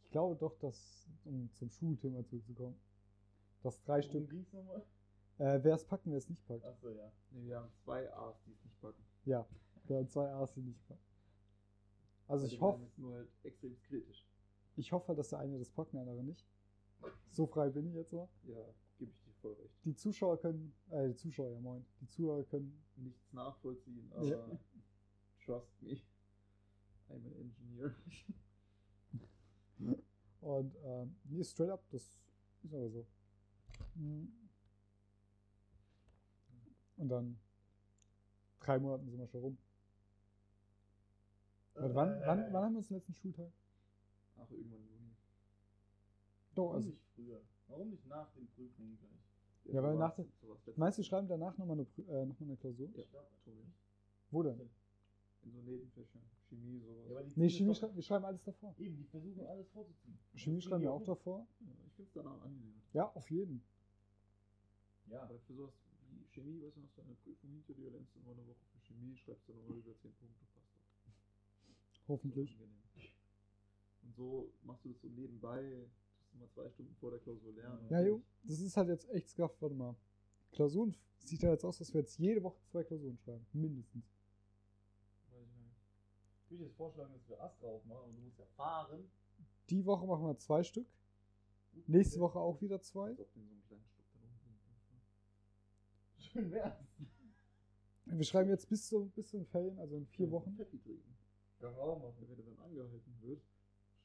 [SPEAKER 1] ich glaube doch, dass, um zum Schulthema zurückzukommen, dass drei
[SPEAKER 2] Worum
[SPEAKER 1] Stück,
[SPEAKER 2] ging's nochmal?
[SPEAKER 1] äh, wer es packt und wer es nicht packt.
[SPEAKER 2] Achso, ja.
[SPEAKER 3] Nee, wir haben zwei A's, die es nicht backen.
[SPEAKER 1] Ja, wir haben zwei A's, die nicht packen. Also
[SPEAKER 3] Bei
[SPEAKER 1] ich
[SPEAKER 3] dem einen
[SPEAKER 1] hoffe,
[SPEAKER 3] ist nur halt extrem kritisch.
[SPEAKER 1] ich hoffe halt, dass der eine das packt und der andere nicht. So frei bin ich jetzt mal.
[SPEAKER 3] Ja, gebe ich dir voll recht.
[SPEAKER 1] Die Zuschauer können, äh, die Zuschauer, ja moin, die Zuhörer können,
[SPEAKER 3] Nichts nachvollziehen, aber trust me, I'm an engineer.
[SPEAKER 1] Und ähm, nee, straight up, das ist aber so. Mhm. Und dann drei Monaten sind wir schon rum. Warte, wann, wann, wann haben wir uns den letzten Schultag?
[SPEAKER 3] Ach, irgendwann im Juni.
[SPEAKER 1] Doch,
[SPEAKER 2] Warum
[SPEAKER 1] also
[SPEAKER 2] nicht früher? Warum nicht nach den Prüfungen gleich?
[SPEAKER 1] Ja, weil nach
[SPEAKER 3] dem.
[SPEAKER 1] meinst du, wir schreiben danach nochmal eine, Prü- äh, noch mal eine Klausur?
[SPEAKER 3] Ja,
[SPEAKER 2] Ich glaub,
[SPEAKER 3] Tummel.
[SPEAKER 1] Wo denn?
[SPEAKER 3] In so Nebenfächern. Chemie, sowas.
[SPEAKER 2] Ja, aber die
[SPEAKER 1] Nee,
[SPEAKER 2] ziehen
[SPEAKER 1] Chemie
[SPEAKER 2] das doch-
[SPEAKER 1] schrei wir schreiben alles davor.
[SPEAKER 2] Eben, die versuchen alles vorzuziehen.
[SPEAKER 1] Chemie
[SPEAKER 2] Das
[SPEAKER 1] schreiben wir
[SPEAKER 2] kriegen
[SPEAKER 1] auch
[SPEAKER 2] die
[SPEAKER 1] davor.
[SPEAKER 3] Ja, ich finde es danach angenehm.
[SPEAKER 1] Ja, auf jeden.
[SPEAKER 2] Ja,
[SPEAKER 3] Aber für sowas wie Chemie, weißt du, hast du eine Prüfung hinter dir, lernst du nochmal eine Woche für Chemie, schreibst du nochmal über 10 Punkte, passt doch. Ist doch
[SPEAKER 1] Hoffentlich.
[SPEAKER 3] angenehm. Und so machst du das so nebenbei, tust du mal zwei Stunden vor der Klausur lernen.
[SPEAKER 1] Ja, jo, das ist halt jetzt echt skraft, warte mal. Klausuren f- sieht ja jetzt aus, dass wir jetzt jede Woche zwei Klausuren schreiben. Mindestens.
[SPEAKER 2] weiß ich nicht. Ich würde jetzt vorschlagen, dass wir Astra aufmachen, aber du musst ja fahren.
[SPEAKER 1] Die Woche machen wir zwei Stück. Nächste Woche auch wieder zwei.
[SPEAKER 3] Als ob du in so einem kleinen Schluck da rumsinkst.
[SPEAKER 2] Schön wär's.
[SPEAKER 1] Wir schreiben jetzt bis zum, bis zum Ferien, also in vier Wochen.
[SPEAKER 3] Pepsi trinken.
[SPEAKER 2] Können wir auch machen.
[SPEAKER 3] Und wenn er dann angehalten wird,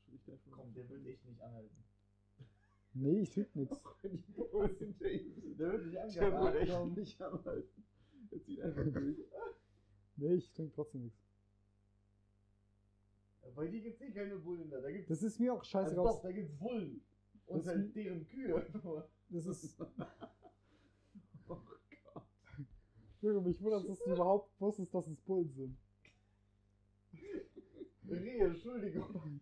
[SPEAKER 3] schlägt er einfach.
[SPEAKER 2] Komm, der wird echt nicht anhalten.
[SPEAKER 1] Nee, ich trinke nichts.
[SPEAKER 3] Auch wenn die Bullen sind, der
[SPEAKER 2] Der wird nicht
[SPEAKER 3] wird
[SPEAKER 2] angehalten.
[SPEAKER 3] echt nicht anhalten. Er zieht einfach durch.
[SPEAKER 1] Nee, ich trinke trotzdem nichts.
[SPEAKER 2] Bei dir gibt's eh keine Bullen da. Da gibt's
[SPEAKER 1] Das ist mir auch scheiße
[SPEAKER 2] also doch,
[SPEAKER 1] raus.
[SPEAKER 2] da gibt's Bullen. Und
[SPEAKER 1] Das
[SPEAKER 2] halt
[SPEAKER 1] sind-
[SPEAKER 2] deren Kühe.
[SPEAKER 1] Das ist.
[SPEAKER 3] Oh Gott.
[SPEAKER 1] Junge, mich wundert, dass du überhaupt wusstest, dass es Bullen sind.
[SPEAKER 2] Rehe, Entschuldigung.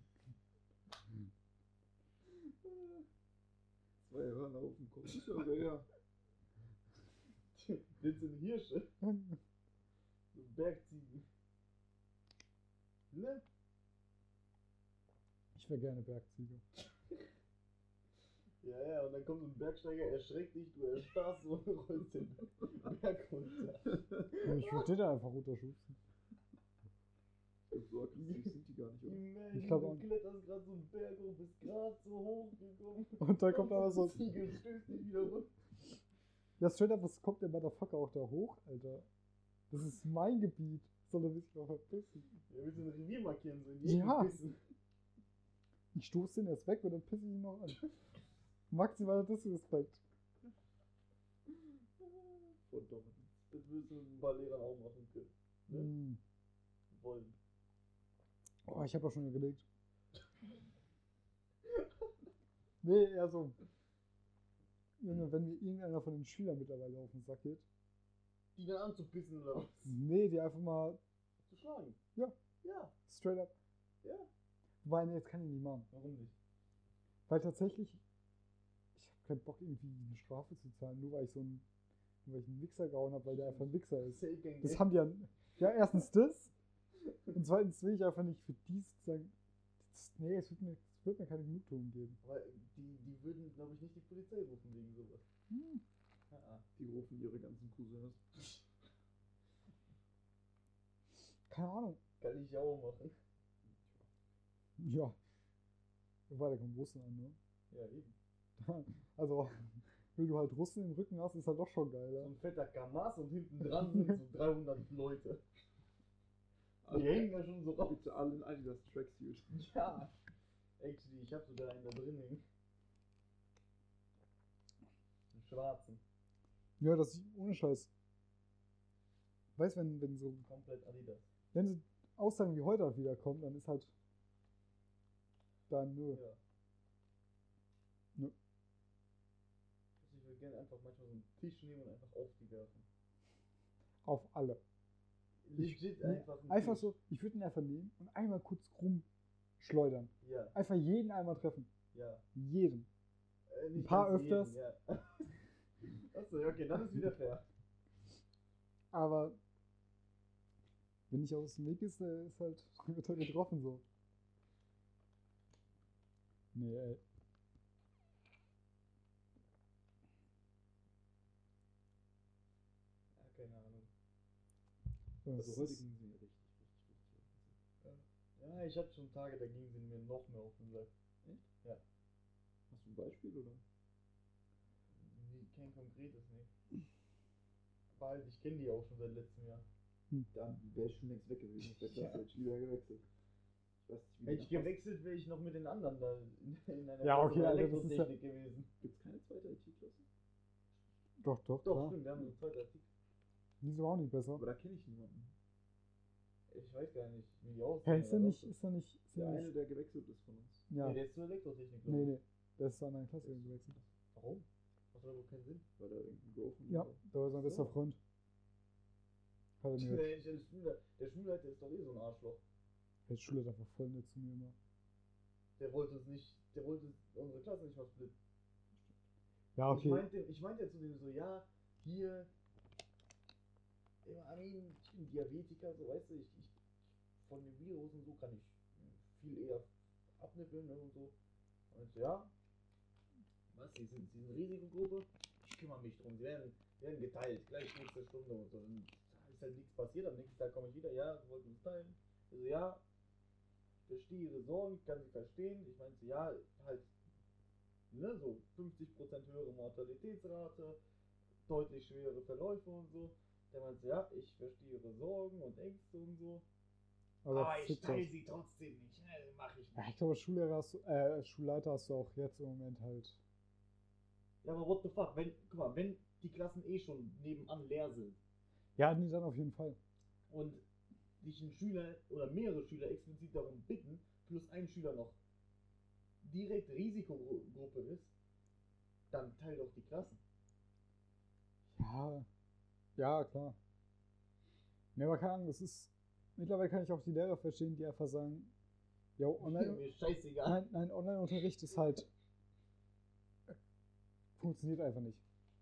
[SPEAKER 3] Zwei Hörner auf dem Kopf. Aber ja.
[SPEAKER 2] Das sind Hirsche. So Bergziegen. Ne?
[SPEAKER 1] Ich wäre gerne Bergziege.
[SPEAKER 2] Ja, ja, und dann kommt so ein Bergsteiger, erschreckt dich, du erstarrst und rollst den Berg runter.
[SPEAKER 1] Ich würde den da einfach runterschubsen.
[SPEAKER 3] So aggressiv sind die gar nicht, oder?
[SPEAKER 2] Imagine,
[SPEAKER 1] Ich glaub
[SPEAKER 2] du
[SPEAKER 1] auch nicht.
[SPEAKER 2] kletterst gerade so einen Berg hoch, bist gerade so hoch gekommen.
[SPEAKER 1] Und dann kommt aber so.
[SPEAKER 2] Ziegel stößt dich wieder runter.
[SPEAKER 1] Ja, straight up, was kommt der Motherfucker auch da hoch, Alter? Das ist mein Gebiet. Soll er mich noch verpissen?
[SPEAKER 2] Ja, willst du ein Revier markieren, so in die
[SPEAKER 1] Ja.
[SPEAKER 2] Ecke pissen.
[SPEAKER 1] Ich stoße den erst weg und dann pisse ich ihn noch an. Maximaler Disrespect.
[SPEAKER 3] Von Dominik.
[SPEAKER 2] Das würdest du mit ein paar Lehrern auch machen können.
[SPEAKER 1] Mm.
[SPEAKER 2] Wollen.
[SPEAKER 1] Oh, ich habe auch schon gelegt. Nee, eher so. Junge, wenn mir irgendeiner von den Schülern mittlerweile auf den Sack geht.
[SPEAKER 2] Die dann anzupissen oder was?
[SPEAKER 1] Nee, die einfach mal
[SPEAKER 2] Zu schlagen.
[SPEAKER 1] Ja.
[SPEAKER 2] Ja,
[SPEAKER 1] straight up.
[SPEAKER 2] ja.
[SPEAKER 1] Wobei, nee, jetzt kann ich nicht machen.
[SPEAKER 4] Warum nicht?
[SPEAKER 1] Weil tatsächlich, ich habe keinen Bock, irgendwie eine Strafe zu zahlen, nur weil ich so einen, nur weil ich einen Wichser gehauen habe, weil der einfach ein Wichser ist.
[SPEAKER 4] Safe gegen
[SPEAKER 1] Das haben die ja. Ja, erstens das. Und zweitens will ich einfach nicht für dies sagen. Das, nee, es wird mir, es wird mir keine Genugtuung geben.
[SPEAKER 4] Aber die, die würden, glaube ich, nicht die Polizei rufen wegen sowas.
[SPEAKER 1] Hm.
[SPEAKER 4] Ah,
[SPEAKER 2] Die rufen ihre ganzen Cousins.
[SPEAKER 1] Keine Ahnung.
[SPEAKER 4] Kann ich ja auch machen.
[SPEAKER 1] Ja. Wobei, da kommt Russen an, ne?
[SPEAKER 4] Ja, eben.
[SPEAKER 1] Also, wenn du halt Russen im Rücken hast, ist halt doch schon geil,
[SPEAKER 4] So
[SPEAKER 1] ja?
[SPEAKER 4] ein fetter Kamas und hinten dran sind so 300 Leute. Die hängen da schon so raus.
[SPEAKER 2] Bitte Also, alle in Adidas Tracksuit.
[SPEAKER 4] Ja. Actually, ich hab sogar einen da drin hängen. Einen schwarzen.
[SPEAKER 1] Ja, das ist ohne Scheiß. Weißt du, wenn, wenn so
[SPEAKER 4] Komplett Adidas.
[SPEAKER 1] wenn so Aussagen wie heute halt wiederkommen, dann ist halt. Dann nö.
[SPEAKER 4] Ja.
[SPEAKER 1] Nö.
[SPEAKER 4] Also ich würde gerne einfach manchmal so einen Tisch nehmen und einfach auf die werfen.
[SPEAKER 1] Auf alle.
[SPEAKER 4] Legit
[SPEAKER 1] nee,
[SPEAKER 4] einfach. einen
[SPEAKER 1] Einfach
[SPEAKER 4] Tisch.
[SPEAKER 1] so, ich würde ihn einfach nehmen und einmal kurz rumschleudern.
[SPEAKER 4] Ja,
[SPEAKER 1] Einfach jeden einmal treffen.
[SPEAKER 4] ja.
[SPEAKER 1] Jeden.
[SPEAKER 4] Äh,
[SPEAKER 1] Ein paar
[SPEAKER 4] ganz jeden,
[SPEAKER 1] öfters.
[SPEAKER 4] Ja. Achso, ja, okay, dann ist wieder fair.
[SPEAKER 1] Aber wenn ich aus dem Weg ist, äh, ist halt, wird halt getroffen so. Nee, ey.
[SPEAKER 4] Ja, keine Ahnung.
[SPEAKER 1] Das
[SPEAKER 8] Also heute
[SPEAKER 1] äh, ist-
[SPEAKER 8] ging sie mir richtig, richtig, richtig. auf den Sack.
[SPEAKER 4] Ja, ich hatte schon Tage, da gingen sie mir noch mehr auf den Sack.
[SPEAKER 8] Hast du ein Beispiel oder?
[SPEAKER 4] Nee, kein konkretes, ne. Aber halt, ich kenne die auch schon seit letztem Jahr.
[SPEAKER 2] Dann wäre ich schon längst weg gewesen. Ich
[SPEAKER 4] Ja.
[SPEAKER 2] hätte ich lieber gewechselt. Ich weiß nicht,
[SPEAKER 4] Hätte ich
[SPEAKER 2] die nach-
[SPEAKER 4] gewechselt, wäre ich noch mit den anderen da in, in einer
[SPEAKER 1] Ja, okay,
[SPEAKER 4] bei
[SPEAKER 1] Alter, das ist ja-
[SPEAKER 4] Elektrotechnik gewesen.
[SPEAKER 2] Gibt's keine zweite IT-Klasse?
[SPEAKER 1] Doch, doch,
[SPEAKER 4] Doch,
[SPEAKER 1] doch.
[SPEAKER 4] stimmt, wir haben so zwei, drei Artikel.
[SPEAKER 1] Die sind auch nicht besser.
[SPEAKER 2] Aber da kenne ich niemanden.
[SPEAKER 4] Ich weiß gar nicht, wie die aussehen.
[SPEAKER 1] Hä, ist er
[SPEAKER 4] oder
[SPEAKER 1] nicht,
[SPEAKER 4] was.
[SPEAKER 1] ist er nicht, ist
[SPEAKER 2] Der
[SPEAKER 1] er
[SPEAKER 2] eine,
[SPEAKER 1] nicht,
[SPEAKER 2] der gewechselt ist von uns.
[SPEAKER 1] ja.
[SPEAKER 4] Nee, der ist zur Elektrotechnik, glaub
[SPEAKER 1] Nee,
[SPEAKER 4] ich.
[SPEAKER 1] nee, der ist zu einer Klasse gewechselt.
[SPEAKER 4] Warum? Macht doch wohl keinen Sinn.
[SPEAKER 2] Weil da irgendein Grove
[SPEAKER 1] Ja, da war sein bester
[SPEAKER 4] So.
[SPEAKER 1] Freund. Hat er mir gesagt.
[SPEAKER 4] Der, der, Schulleiter, der Schulleiter ist doch eh so ein Arschloch.
[SPEAKER 1] Der Schüler einfach voll nett zu mir immer.
[SPEAKER 4] Der wollte uns nicht, der wollte unsere Klasse nicht mal splitten.
[SPEAKER 1] Ja,
[SPEAKER 4] Ich
[SPEAKER 1] okay.
[SPEAKER 4] meinte ich meinte ja zu dem so, ja, hier, immer Armin, ich bin Diabetiker, so weißt du, ich, ich von dem Virus und so kann ich viel eher abnippeln ne, und so. Und ich so, ja, was, sie sind, sie sind Risikogruppe, ich kümmere mich drum, sie werden, werden geteilt, gleich nächste Stunde und so. Und da ist halt nichts passiert, am nächsten Tag komme ich wieder, ja, sie wollten uns teilen. Ich so, ja, ich verstehe ihre Sorgen, kann sie verstehen. Ich meinte, so, ja, halt ne, so 50% höhere Mortalitätsrate, deutlich schwere Verläufe und so. Der meinte, ja, ich verstehe ihre Sorgen und Ängste und so.
[SPEAKER 1] Aber,
[SPEAKER 4] aber Ah, ich
[SPEAKER 1] fickt
[SPEAKER 4] teile
[SPEAKER 1] euch.
[SPEAKER 4] sie trotzdem nicht, ne, das mache ich
[SPEAKER 1] Ja, ich
[SPEAKER 4] nicht.
[SPEAKER 1] glaube, Schullehrer hast du, äh, Schulleiter hast du auch jetzt im Moment halt.
[SPEAKER 4] Ja, aber what the fuck, wenn, guck mal, wenn die Klassen eh schon nebenan leer sind
[SPEAKER 1] Ja, nee, dann auf jeden Fall.
[SPEAKER 4] und dich ein Schüler oder mehrere Schüler explizit darum bitten, plus ein Schüler noch direkt Risikogruppe ist, dann teil doch die Klassen.
[SPEAKER 1] Ja, ja, klar. Nee, aber keine Ahnung, das ist. Mittlerweile kann ich auch die Lehrer verstehen, die einfach sagen: Jo, online,
[SPEAKER 4] Mir scheißegal.
[SPEAKER 1] nein, nein, Online-Unterricht ist halt. Funktioniert einfach nicht.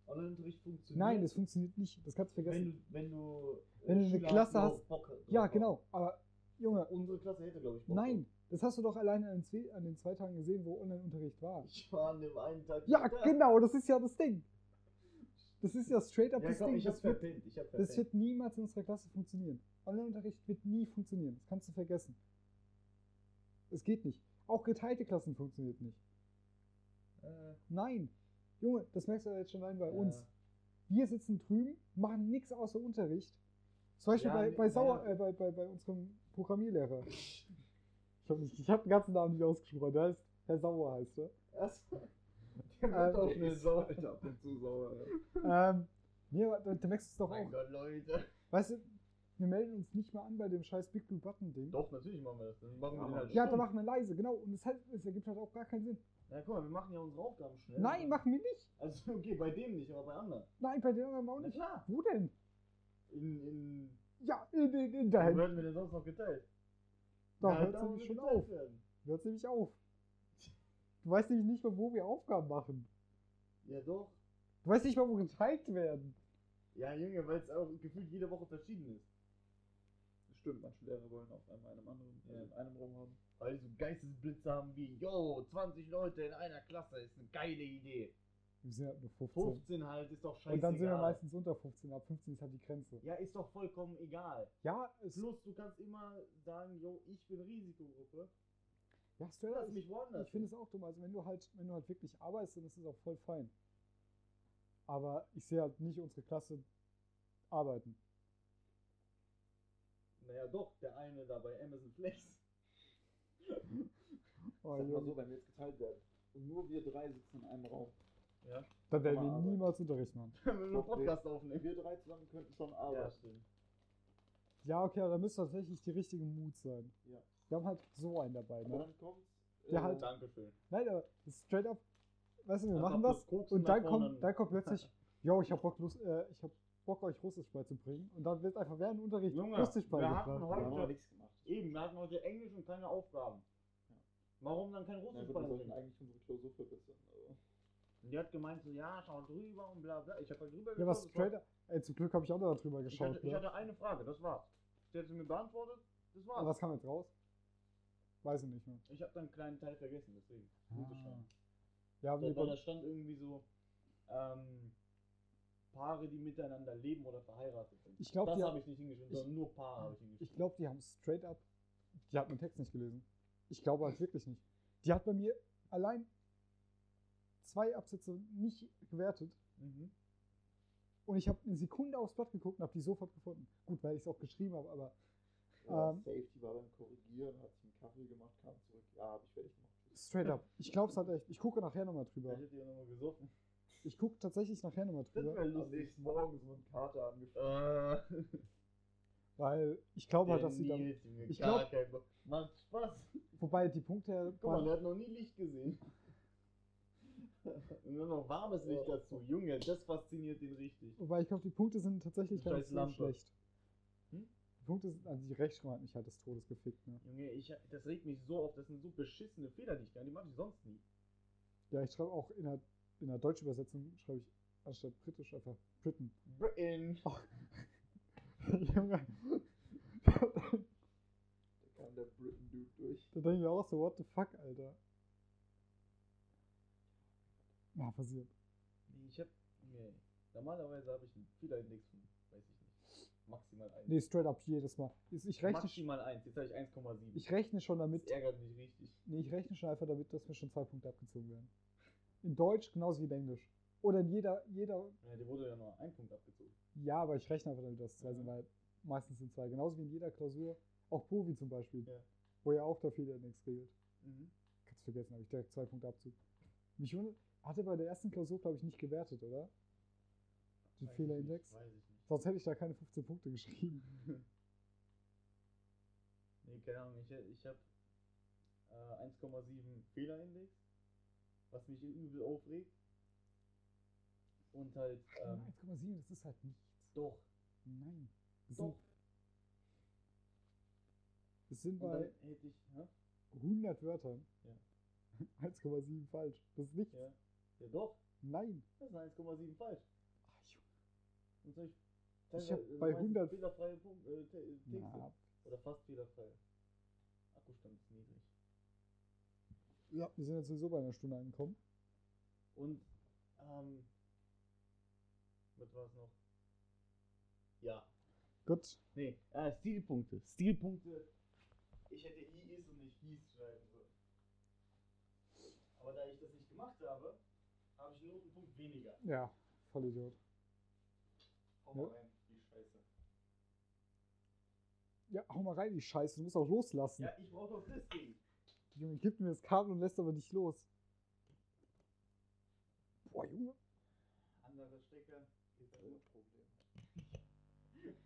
[SPEAKER 4] Online-Unterricht funktioniert.
[SPEAKER 1] Nein, das funktioniert nicht. Das kannst du vergessen.
[SPEAKER 4] Wenn du, wenn du,
[SPEAKER 1] Wenn du eine Klasse
[SPEAKER 4] die
[SPEAKER 1] hast-
[SPEAKER 4] auch Bock drauf
[SPEAKER 1] Ja,
[SPEAKER 4] haben.
[SPEAKER 1] genau. Aber, Junge,
[SPEAKER 4] Unsere Klasse hätte, glaube ich, Bock
[SPEAKER 1] nein. Das hast du doch alleine an den zwei, an den zwei Tagen gesehen, wo Online-Unterricht war.
[SPEAKER 4] drauf. Ich war an dem einen Tag.
[SPEAKER 1] Ja,
[SPEAKER 4] nicht da.
[SPEAKER 1] genau. Das ist ja das Ding. Das ist ja straight up
[SPEAKER 4] Ja,
[SPEAKER 1] das
[SPEAKER 4] komm,
[SPEAKER 1] Ding.
[SPEAKER 4] ich hab's
[SPEAKER 1] das, wird,
[SPEAKER 4] verpennt. Ich hab
[SPEAKER 1] das
[SPEAKER 4] verpennt.
[SPEAKER 1] wird niemals in unserer Klasse funktionieren. Online-Unterricht wird nie funktionieren. Das kannst du vergessen. Es geht nicht. Auch geteilte Klassen funktioniert nicht.
[SPEAKER 4] Äh,
[SPEAKER 1] Nein. Junge, das merkst du ja jetzt schon allein bei
[SPEAKER 4] Ja.
[SPEAKER 1] uns. Wir sitzen drüben, machen nichts außer Unterricht. Zum Beispiel
[SPEAKER 4] Ja,
[SPEAKER 1] bei,
[SPEAKER 4] nee,
[SPEAKER 1] bei, Sauer,
[SPEAKER 4] naja.
[SPEAKER 1] äh, bei, bei, bei unserem Programmierlehrer. Ich habe hab den ganzen Namen nicht ausgesprochen. Der heißt Herr Sauer, heißt er.
[SPEAKER 4] erst. Der macht
[SPEAKER 1] Ähm,
[SPEAKER 4] auch eine Sau.
[SPEAKER 2] Alter, ab und zu sauer. Ja.
[SPEAKER 1] ähm, nee, aber da, da merkst du es doch
[SPEAKER 4] Mein
[SPEAKER 1] auch.
[SPEAKER 4] Gott, Leute.
[SPEAKER 1] Weißt du, wir melden uns nicht mal an bei dem scheiß Big Blue Button Ding.
[SPEAKER 4] Doch, natürlich machen wir das. Dann machen wir
[SPEAKER 2] Ja,
[SPEAKER 4] den halt
[SPEAKER 1] Ja, da
[SPEAKER 4] stumm.
[SPEAKER 1] machen wir leise, genau. Und es, hat, es ergibt halt auch gar keinen Sinn.
[SPEAKER 4] Na, guck mal, wir machen ja unsere Aufgaben schnell.
[SPEAKER 1] Nein, machen wir nicht.
[SPEAKER 4] Also, okay, bei dem nicht, aber bei anderen.
[SPEAKER 1] Nein, bei den anderen auch
[SPEAKER 4] Na
[SPEAKER 1] nicht.
[SPEAKER 4] klar.
[SPEAKER 1] Wo denn?
[SPEAKER 4] In, in,
[SPEAKER 1] Ja, in, in, in
[SPEAKER 4] wo
[SPEAKER 1] dahin.
[SPEAKER 4] werden wir denn sonst noch geteilt?
[SPEAKER 1] Da
[SPEAKER 4] Na,
[SPEAKER 1] hört
[SPEAKER 4] da,
[SPEAKER 1] sie
[SPEAKER 4] wo
[SPEAKER 1] mich
[SPEAKER 4] wir
[SPEAKER 1] schon
[SPEAKER 4] geteilt
[SPEAKER 1] auf.
[SPEAKER 4] werden.
[SPEAKER 1] Hört nämlich auf. Du weißt nämlich nicht mal, wo wir Aufgaben machen.
[SPEAKER 4] Ja, doch.
[SPEAKER 1] Du weißt nicht mal, wo geteilt werden.
[SPEAKER 4] Ja, Junge, weil es auch gefühlt jede Woche verschieden ist.
[SPEAKER 2] Stimmt, manche Lehrer wollen auf einmal in einem anderen, äh, in einem Raum haben.
[SPEAKER 4] Weil die so Geistesblitze haben wie, yo, 20 Leute in einer Klasse ist eine geile Idee.
[SPEAKER 1] Wir sind halt nur 15.
[SPEAKER 4] 15 halt ist doch scheißegal.
[SPEAKER 1] Und dann sind wir meistens unter 15. Ab 15 ist halt die Grenze.
[SPEAKER 4] Ja, ist doch vollkommen egal.
[SPEAKER 1] Ja, es,
[SPEAKER 4] Plus, du kannst immer sagen, yo, ich bin Risikogruppe.
[SPEAKER 1] ja hast du ja
[SPEAKER 4] Lass
[SPEAKER 1] recht.
[SPEAKER 4] mich woanders.
[SPEAKER 1] Ich finde es auch dumm. Also wenn du halt, wenn du halt wirklich arbeitest, dann ist es auch voll fein. Aber ich sehe halt nicht unsere Klasse arbeiten.
[SPEAKER 4] Naja, doch, der eine da bei Amazon Flex.
[SPEAKER 1] Oh,
[SPEAKER 2] Sag mal
[SPEAKER 1] Junge.
[SPEAKER 2] so, wenn wir jetzt geteilt werden und nur wir drei sitzen in einem Raum,
[SPEAKER 1] dann werden wir
[SPEAKER 2] Mal arbeiten.
[SPEAKER 1] niemals Unterricht machen.
[SPEAKER 4] Wenn wir einen Podcast aufnehmen.
[SPEAKER 2] wir drei zusammen könnten schon
[SPEAKER 4] Ja,
[SPEAKER 2] arbeiten.
[SPEAKER 4] stimmt.
[SPEAKER 1] Ja, okay, aber da müsste tatsächlich die richtige Mut sein.
[SPEAKER 2] Ja.
[SPEAKER 1] Wir haben halt so einen dabei.
[SPEAKER 2] Aber
[SPEAKER 1] Ne?
[SPEAKER 2] dann kommt äh,
[SPEAKER 1] Der halt-
[SPEAKER 4] Oh, Dankeschön.
[SPEAKER 1] Nein, aber das ist straight up, weißt du, wir
[SPEAKER 4] Einfach
[SPEAKER 1] machen das
[SPEAKER 4] kurz koksen
[SPEAKER 1] und dann
[SPEAKER 4] davon
[SPEAKER 1] kommt,
[SPEAKER 4] und-
[SPEAKER 1] dann kommt plötzlich, yo, ich hab Bock, Lust, äh, ich hab Bock euch Russisch beizubringen. Und dann wird einfach während dem Unterricht
[SPEAKER 4] Junge,
[SPEAKER 1] Russisch
[SPEAKER 4] wir hatten
[SPEAKER 1] beigebracht.
[SPEAKER 2] dann haben wir
[SPEAKER 4] heute
[SPEAKER 2] nichts gemacht.
[SPEAKER 4] eben, wir hatten heute Englisch und keine Aufgaben.
[SPEAKER 2] Ja.
[SPEAKER 4] Warum dann kein
[SPEAKER 2] Na
[SPEAKER 4] Russisch
[SPEAKER 2] gut, wir sollten
[SPEAKER 4] beibringen?
[SPEAKER 2] eigentlich unsere Klausur verbessern. Aber
[SPEAKER 4] Und die hat gemeint so, ja, schau drüber und bla bla. Ich hab halt drüber
[SPEAKER 1] Ja, was
[SPEAKER 4] geschaut, das war-
[SPEAKER 1] straight up, ey, zum Glück habe ich auch noch drüber
[SPEAKER 4] Ich
[SPEAKER 1] geschaut.
[SPEAKER 4] hatte, ich
[SPEAKER 1] Ne?
[SPEAKER 4] hatte eine Frage, das war's. Die hat sie mir beantwortet, das war's.
[SPEAKER 1] Aber was kam jetzt raus? Weiß ich nicht mehr.
[SPEAKER 4] Ich habe dann einen kleinen Teil vergessen, deswegen.
[SPEAKER 1] Ah.
[SPEAKER 4] Gute Chance.
[SPEAKER 1] Ja, aber
[SPEAKER 4] Da,
[SPEAKER 1] wir
[SPEAKER 4] da, da stand irgendwie so ähm, Paare, die miteinander leben oder verheiratet sind.
[SPEAKER 1] Ich glaub,
[SPEAKER 4] das
[SPEAKER 1] die-
[SPEAKER 4] habe ich nicht hingeschrieben,
[SPEAKER 1] ich-
[SPEAKER 4] sondern nur Paare habe ich hingeschrieben.
[SPEAKER 1] Ich glaube, die haben straight up. Die hat meinen Text nicht gelesen. Ich glaube halt wirklich nicht. Die hat bei mir allein zwei Absätze nicht gewertet
[SPEAKER 4] Mhm.
[SPEAKER 1] und ich habe eine Sekunde aufs Blatt geguckt und habe die sofort gefunden. Gut, weil ich es auch geschrieben habe, aber
[SPEAKER 2] ja,
[SPEAKER 1] Ähm.
[SPEAKER 2] Safety war beim Korrigieren, hat sich einen Kaffee gemacht, kam zurück. Ja, habe ich fertig gemacht.
[SPEAKER 1] straight up. Ich glaube es halt echt. Ich gucke nachher nochmal
[SPEAKER 4] Ja. Ich
[SPEAKER 1] drüber.
[SPEAKER 4] hätte ja nochmal gesoffen.
[SPEAKER 1] Ich gucke tatsächlich nachher nochmal
[SPEAKER 4] Das
[SPEAKER 1] drüber,
[SPEAKER 4] wäre
[SPEAKER 2] Am
[SPEAKER 4] lustig.
[SPEAKER 2] nächsten Morgen so mit Kater angefangen.
[SPEAKER 4] Äh,
[SPEAKER 1] weil ich glaube halt,
[SPEAKER 4] der
[SPEAKER 1] dass sie dann.
[SPEAKER 4] Nils, Junge,
[SPEAKER 1] Ich
[SPEAKER 4] gar
[SPEAKER 1] glaub-
[SPEAKER 4] kein Bock. Macht Spaß.
[SPEAKER 1] Wobei die Punkte ja
[SPEAKER 4] Guck mal, ne?
[SPEAKER 1] waren-
[SPEAKER 4] der hat noch nie Licht gesehen. Und dann noch warmes Licht dazu. Junge, das fasziniert ihn richtig.
[SPEAKER 1] Wobei ich glaube, die Punkte sind tatsächlich
[SPEAKER 4] Scheiß
[SPEAKER 1] gar nicht so
[SPEAKER 4] Lampe.
[SPEAKER 1] schlecht.
[SPEAKER 4] Hm?
[SPEAKER 1] Die Punkte sind, also die Rechtschreibung hat mich halt des Todes gefickt, ne?
[SPEAKER 4] Junge, ich, das regt mich so auf. Das sind so beschissene Fehler, die ich kann. Die mache ich sonst nie.
[SPEAKER 1] Ja, ich schreibe auch in der, in der deutschen Übersetzung schreibe ich anstatt britisch einfach Britain.
[SPEAKER 4] Britain.
[SPEAKER 1] Junge.
[SPEAKER 2] Da kam der Britain Dude durch.
[SPEAKER 1] da denke ich mir auch so, what the fuck, Alter. Na, passiert.
[SPEAKER 4] Nee, ich hab. Nee. Normalerweise habe ich einen Fehlerindex von, weiß ich nicht. Maximal 1.
[SPEAKER 1] Nee, straight up jedes Mal. Ich, ich, rechne, sch-
[SPEAKER 4] maximal 1. Jetzt habe ich 1,7.
[SPEAKER 1] ich rechne schon
[SPEAKER 4] das
[SPEAKER 1] damit,
[SPEAKER 4] ärgert mich richtig.
[SPEAKER 1] nee, ich rechne schon einfach damit, dass mir schon zwei Punkte abgezogen werden. In Deutsch genauso wie in Englisch. Oder in jeder, jeder,
[SPEAKER 4] Ja, dir wurde ja nur ein Punkt abgezogen.
[SPEAKER 1] ja, aber ich rechne einfach damit, dass es zwei
[SPEAKER 4] Ja.
[SPEAKER 1] sind, weil meistens sind zwei. Genauso wie in jeder Klausur. Auch Provi zum Beispiel,
[SPEAKER 4] Ja.
[SPEAKER 1] wo ja auch der Fehler nichts regelt.
[SPEAKER 4] Mhm.
[SPEAKER 1] Kannst vergessen, habe ich direkt zwei Punkte Abzug. Mich wundert, hatte bei der ersten Klausur, glaube ich, nicht gewertet, oder? Den Fehlerindex.
[SPEAKER 4] Weiß ich nicht.
[SPEAKER 1] Sonst hätte ich da keine 15 Punkte geschrieben.
[SPEAKER 4] Nee, keine Ahnung. Ich, ich habe äh, 1,7 Fehlerindex. Was mich übel aufregt. Und halt. Ähm,
[SPEAKER 1] 1,7, das ist halt nichts.
[SPEAKER 4] doch.
[SPEAKER 1] Nein. Das sind,
[SPEAKER 4] Doch.
[SPEAKER 1] das sind
[SPEAKER 4] Und
[SPEAKER 1] bei
[SPEAKER 4] dann hätte ich. Hä?
[SPEAKER 1] 100 Wörtern.
[SPEAKER 4] Ja.
[SPEAKER 1] 1,7 falsch. Das ist nichts.
[SPEAKER 4] Ja. ja, doch.
[SPEAKER 1] Nein.
[SPEAKER 4] Das ist ein 1,7 falsch.
[SPEAKER 1] Ach, Junge.
[SPEAKER 4] Und soll ich,
[SPEAKER 1] Ich hab
[SPEAKER 4] teilweise-
[SPEAKER 1] bei
[SPEAKER 4] meistens
[SPEAKER 1] 100
[SPEAKER 4] fehlerfreie Punkt, äh, Te- äh, Texte.
[SPEAKER 1] Na,
[SPEAKER 4] Oder fast fehlerfrei. Akkustand ist niedrig.
[SPEAKER 1] ja, wir sind jetzt sowieso bei einer Stunde angekommen.
[SPEAKER 4] Und, ähm, was war es noch? Ja,
[SPEAKER 1] Gut.
[SPEAKER 4] nee, äh, Stilpunkte. Stilpunkte. Ich hätte IS und nicht hieß schreiben sollen. Aber da ich das nicht gemacht habe, habe ich nur einen Punkt weniger.
[SPEAKER 1] Ja, voll Idiot.
[SPEAKER 4] Hau
[SPEAKER 1] mal
[SPEAKER 4] rein, die Scheiße.
[SPEAKER 1] Ja, hau mal rein, die Scheiße. Du musst auch loslassen.
[SPEAKER 4] Ja, ich brauche doch das Ding.
[SPEAKER 1] Junge, gibt mir das Kabel und lässt aber nicht los. Boah, Junge.
[SPEAKER 4] Anderer Stecker. Geht da
[SPEAKER 2] Ohne Problem.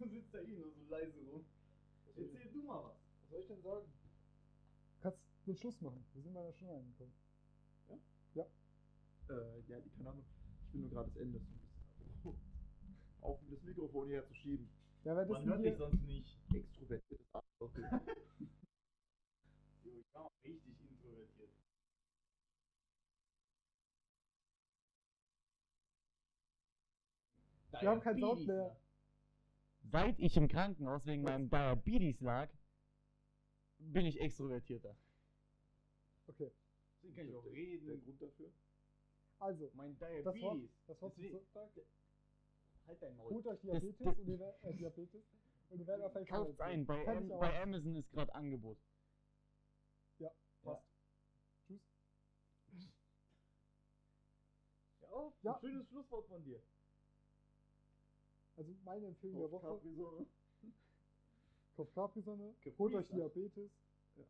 [SPEAKER 4] Du sitzt da eh nur so leise rum.
[SPEAKER 2] Was soll, ich,
[SPEAKER 4] Erzähl du mal was.
[SPEAKER 2] was soll ich denn sagen?
[SPEAKER 1] Kannst den Schluss machen. Wir sind bei der Stunde angekommen.
[SPEAKER 2] Äh, ja, die keine Ahnung. Ich bin nur gerade das Ende. so ein bisschen. Auch um das Mikrofon hierher zu schieben.
[SPEAKER 1] Ja, wer das
[SPEAKER 4] Man hört
[SPEAKER 1] denn
[SPEAKER 4] dich
[SPEAKER 1] hier?
[SPEAKER 4] sonst nicht.
[SPEAKER 2] Extrovertiert. Okay.
[SPEAKER 4] Jo,
[SPEAKER 9] Ja, richtig introvertiert.
[SPEAKER 1] Wir haben keinen Sound mehr.
[SPEAKER 5] Seit ich im Krankenhaus wegen meinem Diabetes lag, bin ich extrovertierter.
[SPEAKER 1] Okay,
[SPEAKER 9] Deswegen kann ich auch
[SPEAKER 2] Der
[SPEAKER 9] reden.
[SPEAKER 2] Grund dafür?
[SPEAKER 1] also,
[SPEAKER 5] Mein
[SPEAKER 1] das Wort,
[SPEAKER 5] Diabetes.
[SPEAKER 1] das Wort zum
[SPEAKER 5] Deswegen-
[SPEAKER 1] Sonntag.
[SPEAKER 5] Halt dein Maul.
[SPEAKER 1] Holt euch
[SPEAKER 5] Das-
[SPEAKER 1] Diabetes
[SPEAKER 5] das-
[SPEAKER 1] und ihr werdet, äh, Diabetes und ihr werdet auf jeden Fall
[SPEAKER 5] Kauft ein, bei,
[SPEAKER 1] Kann
[SPEAKER 5] Am
[SPEAKER 1] ich auch.
[SPEAKER 5] bei Amazon ist gerade Angebot.
[SPEAKER 9] Ja, auf.
[SPEAKER 1] Ja.
[SPEAKER 9] Ein schönes Schlusswort von dir.
[SPEAKER 1] Also meine Empfehlung der
[SPEAKER 2] Auf
[SPEAKER 1] Woche,
[SPEAKER 2] Capri-Sonne.
[SPEAKER 1] kauft Capri-Sonne, holt euch Diabetes
[SPEAKER 2] Ja.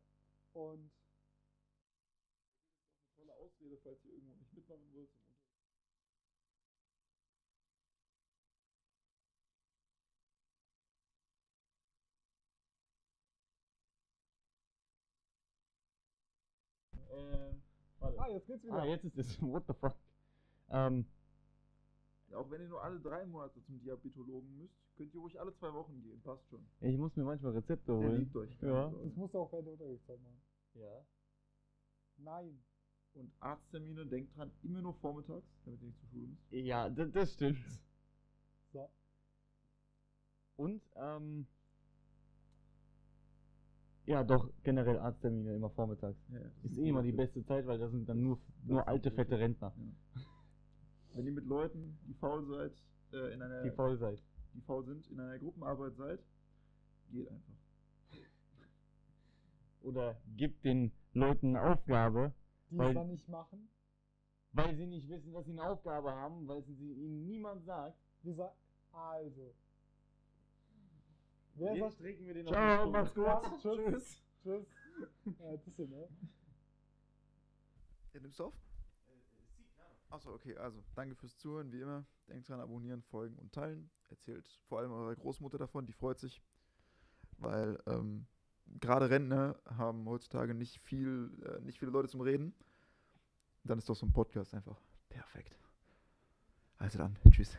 [SPEAKER 1] und
[SPEAKER 2] Tolle Ausrede, falls ihr irgendwo nicht mitmachen wollt. Zum Unter-
[SPEAKER 9] Ähm, warte.
[SPEAKER 1] Ah, jetzt geht's wieder.
[SPEAKER 5] Ah, jetzt ist es. What the fuck? Ähm,
[SPEAKER 2] Ja, auch wenn ihr nur alle drei Monate zum Diabetologen müsst, könnt ihr ruhig alle zwei Wochen gehen. Passt schon.
[SPEAKER 5] ich muss mir manchmal Rezepte
[SPEAKER 2] Der
[SPEAKER 5] holen.
[SPEAKER 2] liebt euch. keine
[SPEAKER 5] Ja.
[SPEAKER 1] Das
[SPEAKER 2] Sorge.
[SPEAKER 1] musst du auch während der Unterrichtszeit machen.
[SPEAKER 9] Ja.
[SPEAKER 1] Nein.
[SPEAKER 2] Und Arzttermine, denkt dran, immer nur vormittags, damit ihr nicht zur Schule müsst.
[SPEAKER 5] Ja, d- das stimmt.
[SPEAKER 1] So.
[SPEAKER 5] Und, ähm. Ja, doch, generell Arzttermine immer vormittags.
[SPEAKER 2] Ja, ja, das
[SPEAKER 5] Ist
[SPEAKER 2] ein
[SPEAKER 5] eh immer
[SPEAKER 2] guter
[SPEAKER 5] die
[SPEAKER 2] Tipp.
[SPEAKER 5] beste Zeit, weil da sind dann nur,
[SPEAKER 2] ist
[SPEAKER 5] nur
[SPEAKER 2] ein
[SPEAKER 5] alte,
[SPEAKER 2] guter
[SPEAKER 5] fette Rentner,
[SPEAKER 2] Wenn ihr mit Leuten, die faul seid, äh, in einer,
[SPEAKER 5] die faul seid.
[SPEAKER 2] die faul sind, in einer Gruppenarbeit seid, geht einfach.
[SPEAKER 5] Oder gibt den Leuten eine Aufgabe,
[SPEAKER 1] Die
[SPEAKER 5] Weil-
[SPEAKER 1] es dann nicht machen.
[SPEAKER 5] weil sie nicht wissen, dass sie eine Aufgabe haben, weil sie sie ihnen niemand sagt.
[SPEAKER 1] Wir sagen, also. Wer
[SPEAKER 9] Jetzt
[SPEAKER 1] sagt
[SPEAKER 9] trinken wir den
[SPEAKER 5] Ciao,
[SPEAKER 9] auf
[SPEAKER 5] mach's gut.
[SPEAKER 1] Ja,
[SPEAKER 5] Tschüss.
[SPEAKER 1] Tschüss? ja, das ist ja, ne?
[SPEAKER 2] Ja, nimmst du auf? Achso, okay, also danke fürs Zuhören, wie immer. Denkt dran, abonnieren, folgen und teilen. Erzählt vor allem eurer Großmutter davon, die freut sich, weil ähm, gerade Rentner haben heutzutage nicht, viel, äh, nicht viele Leute zum Reden. Dann ist doch so ein Podcast einfach perfekt. Also dann, tschüss.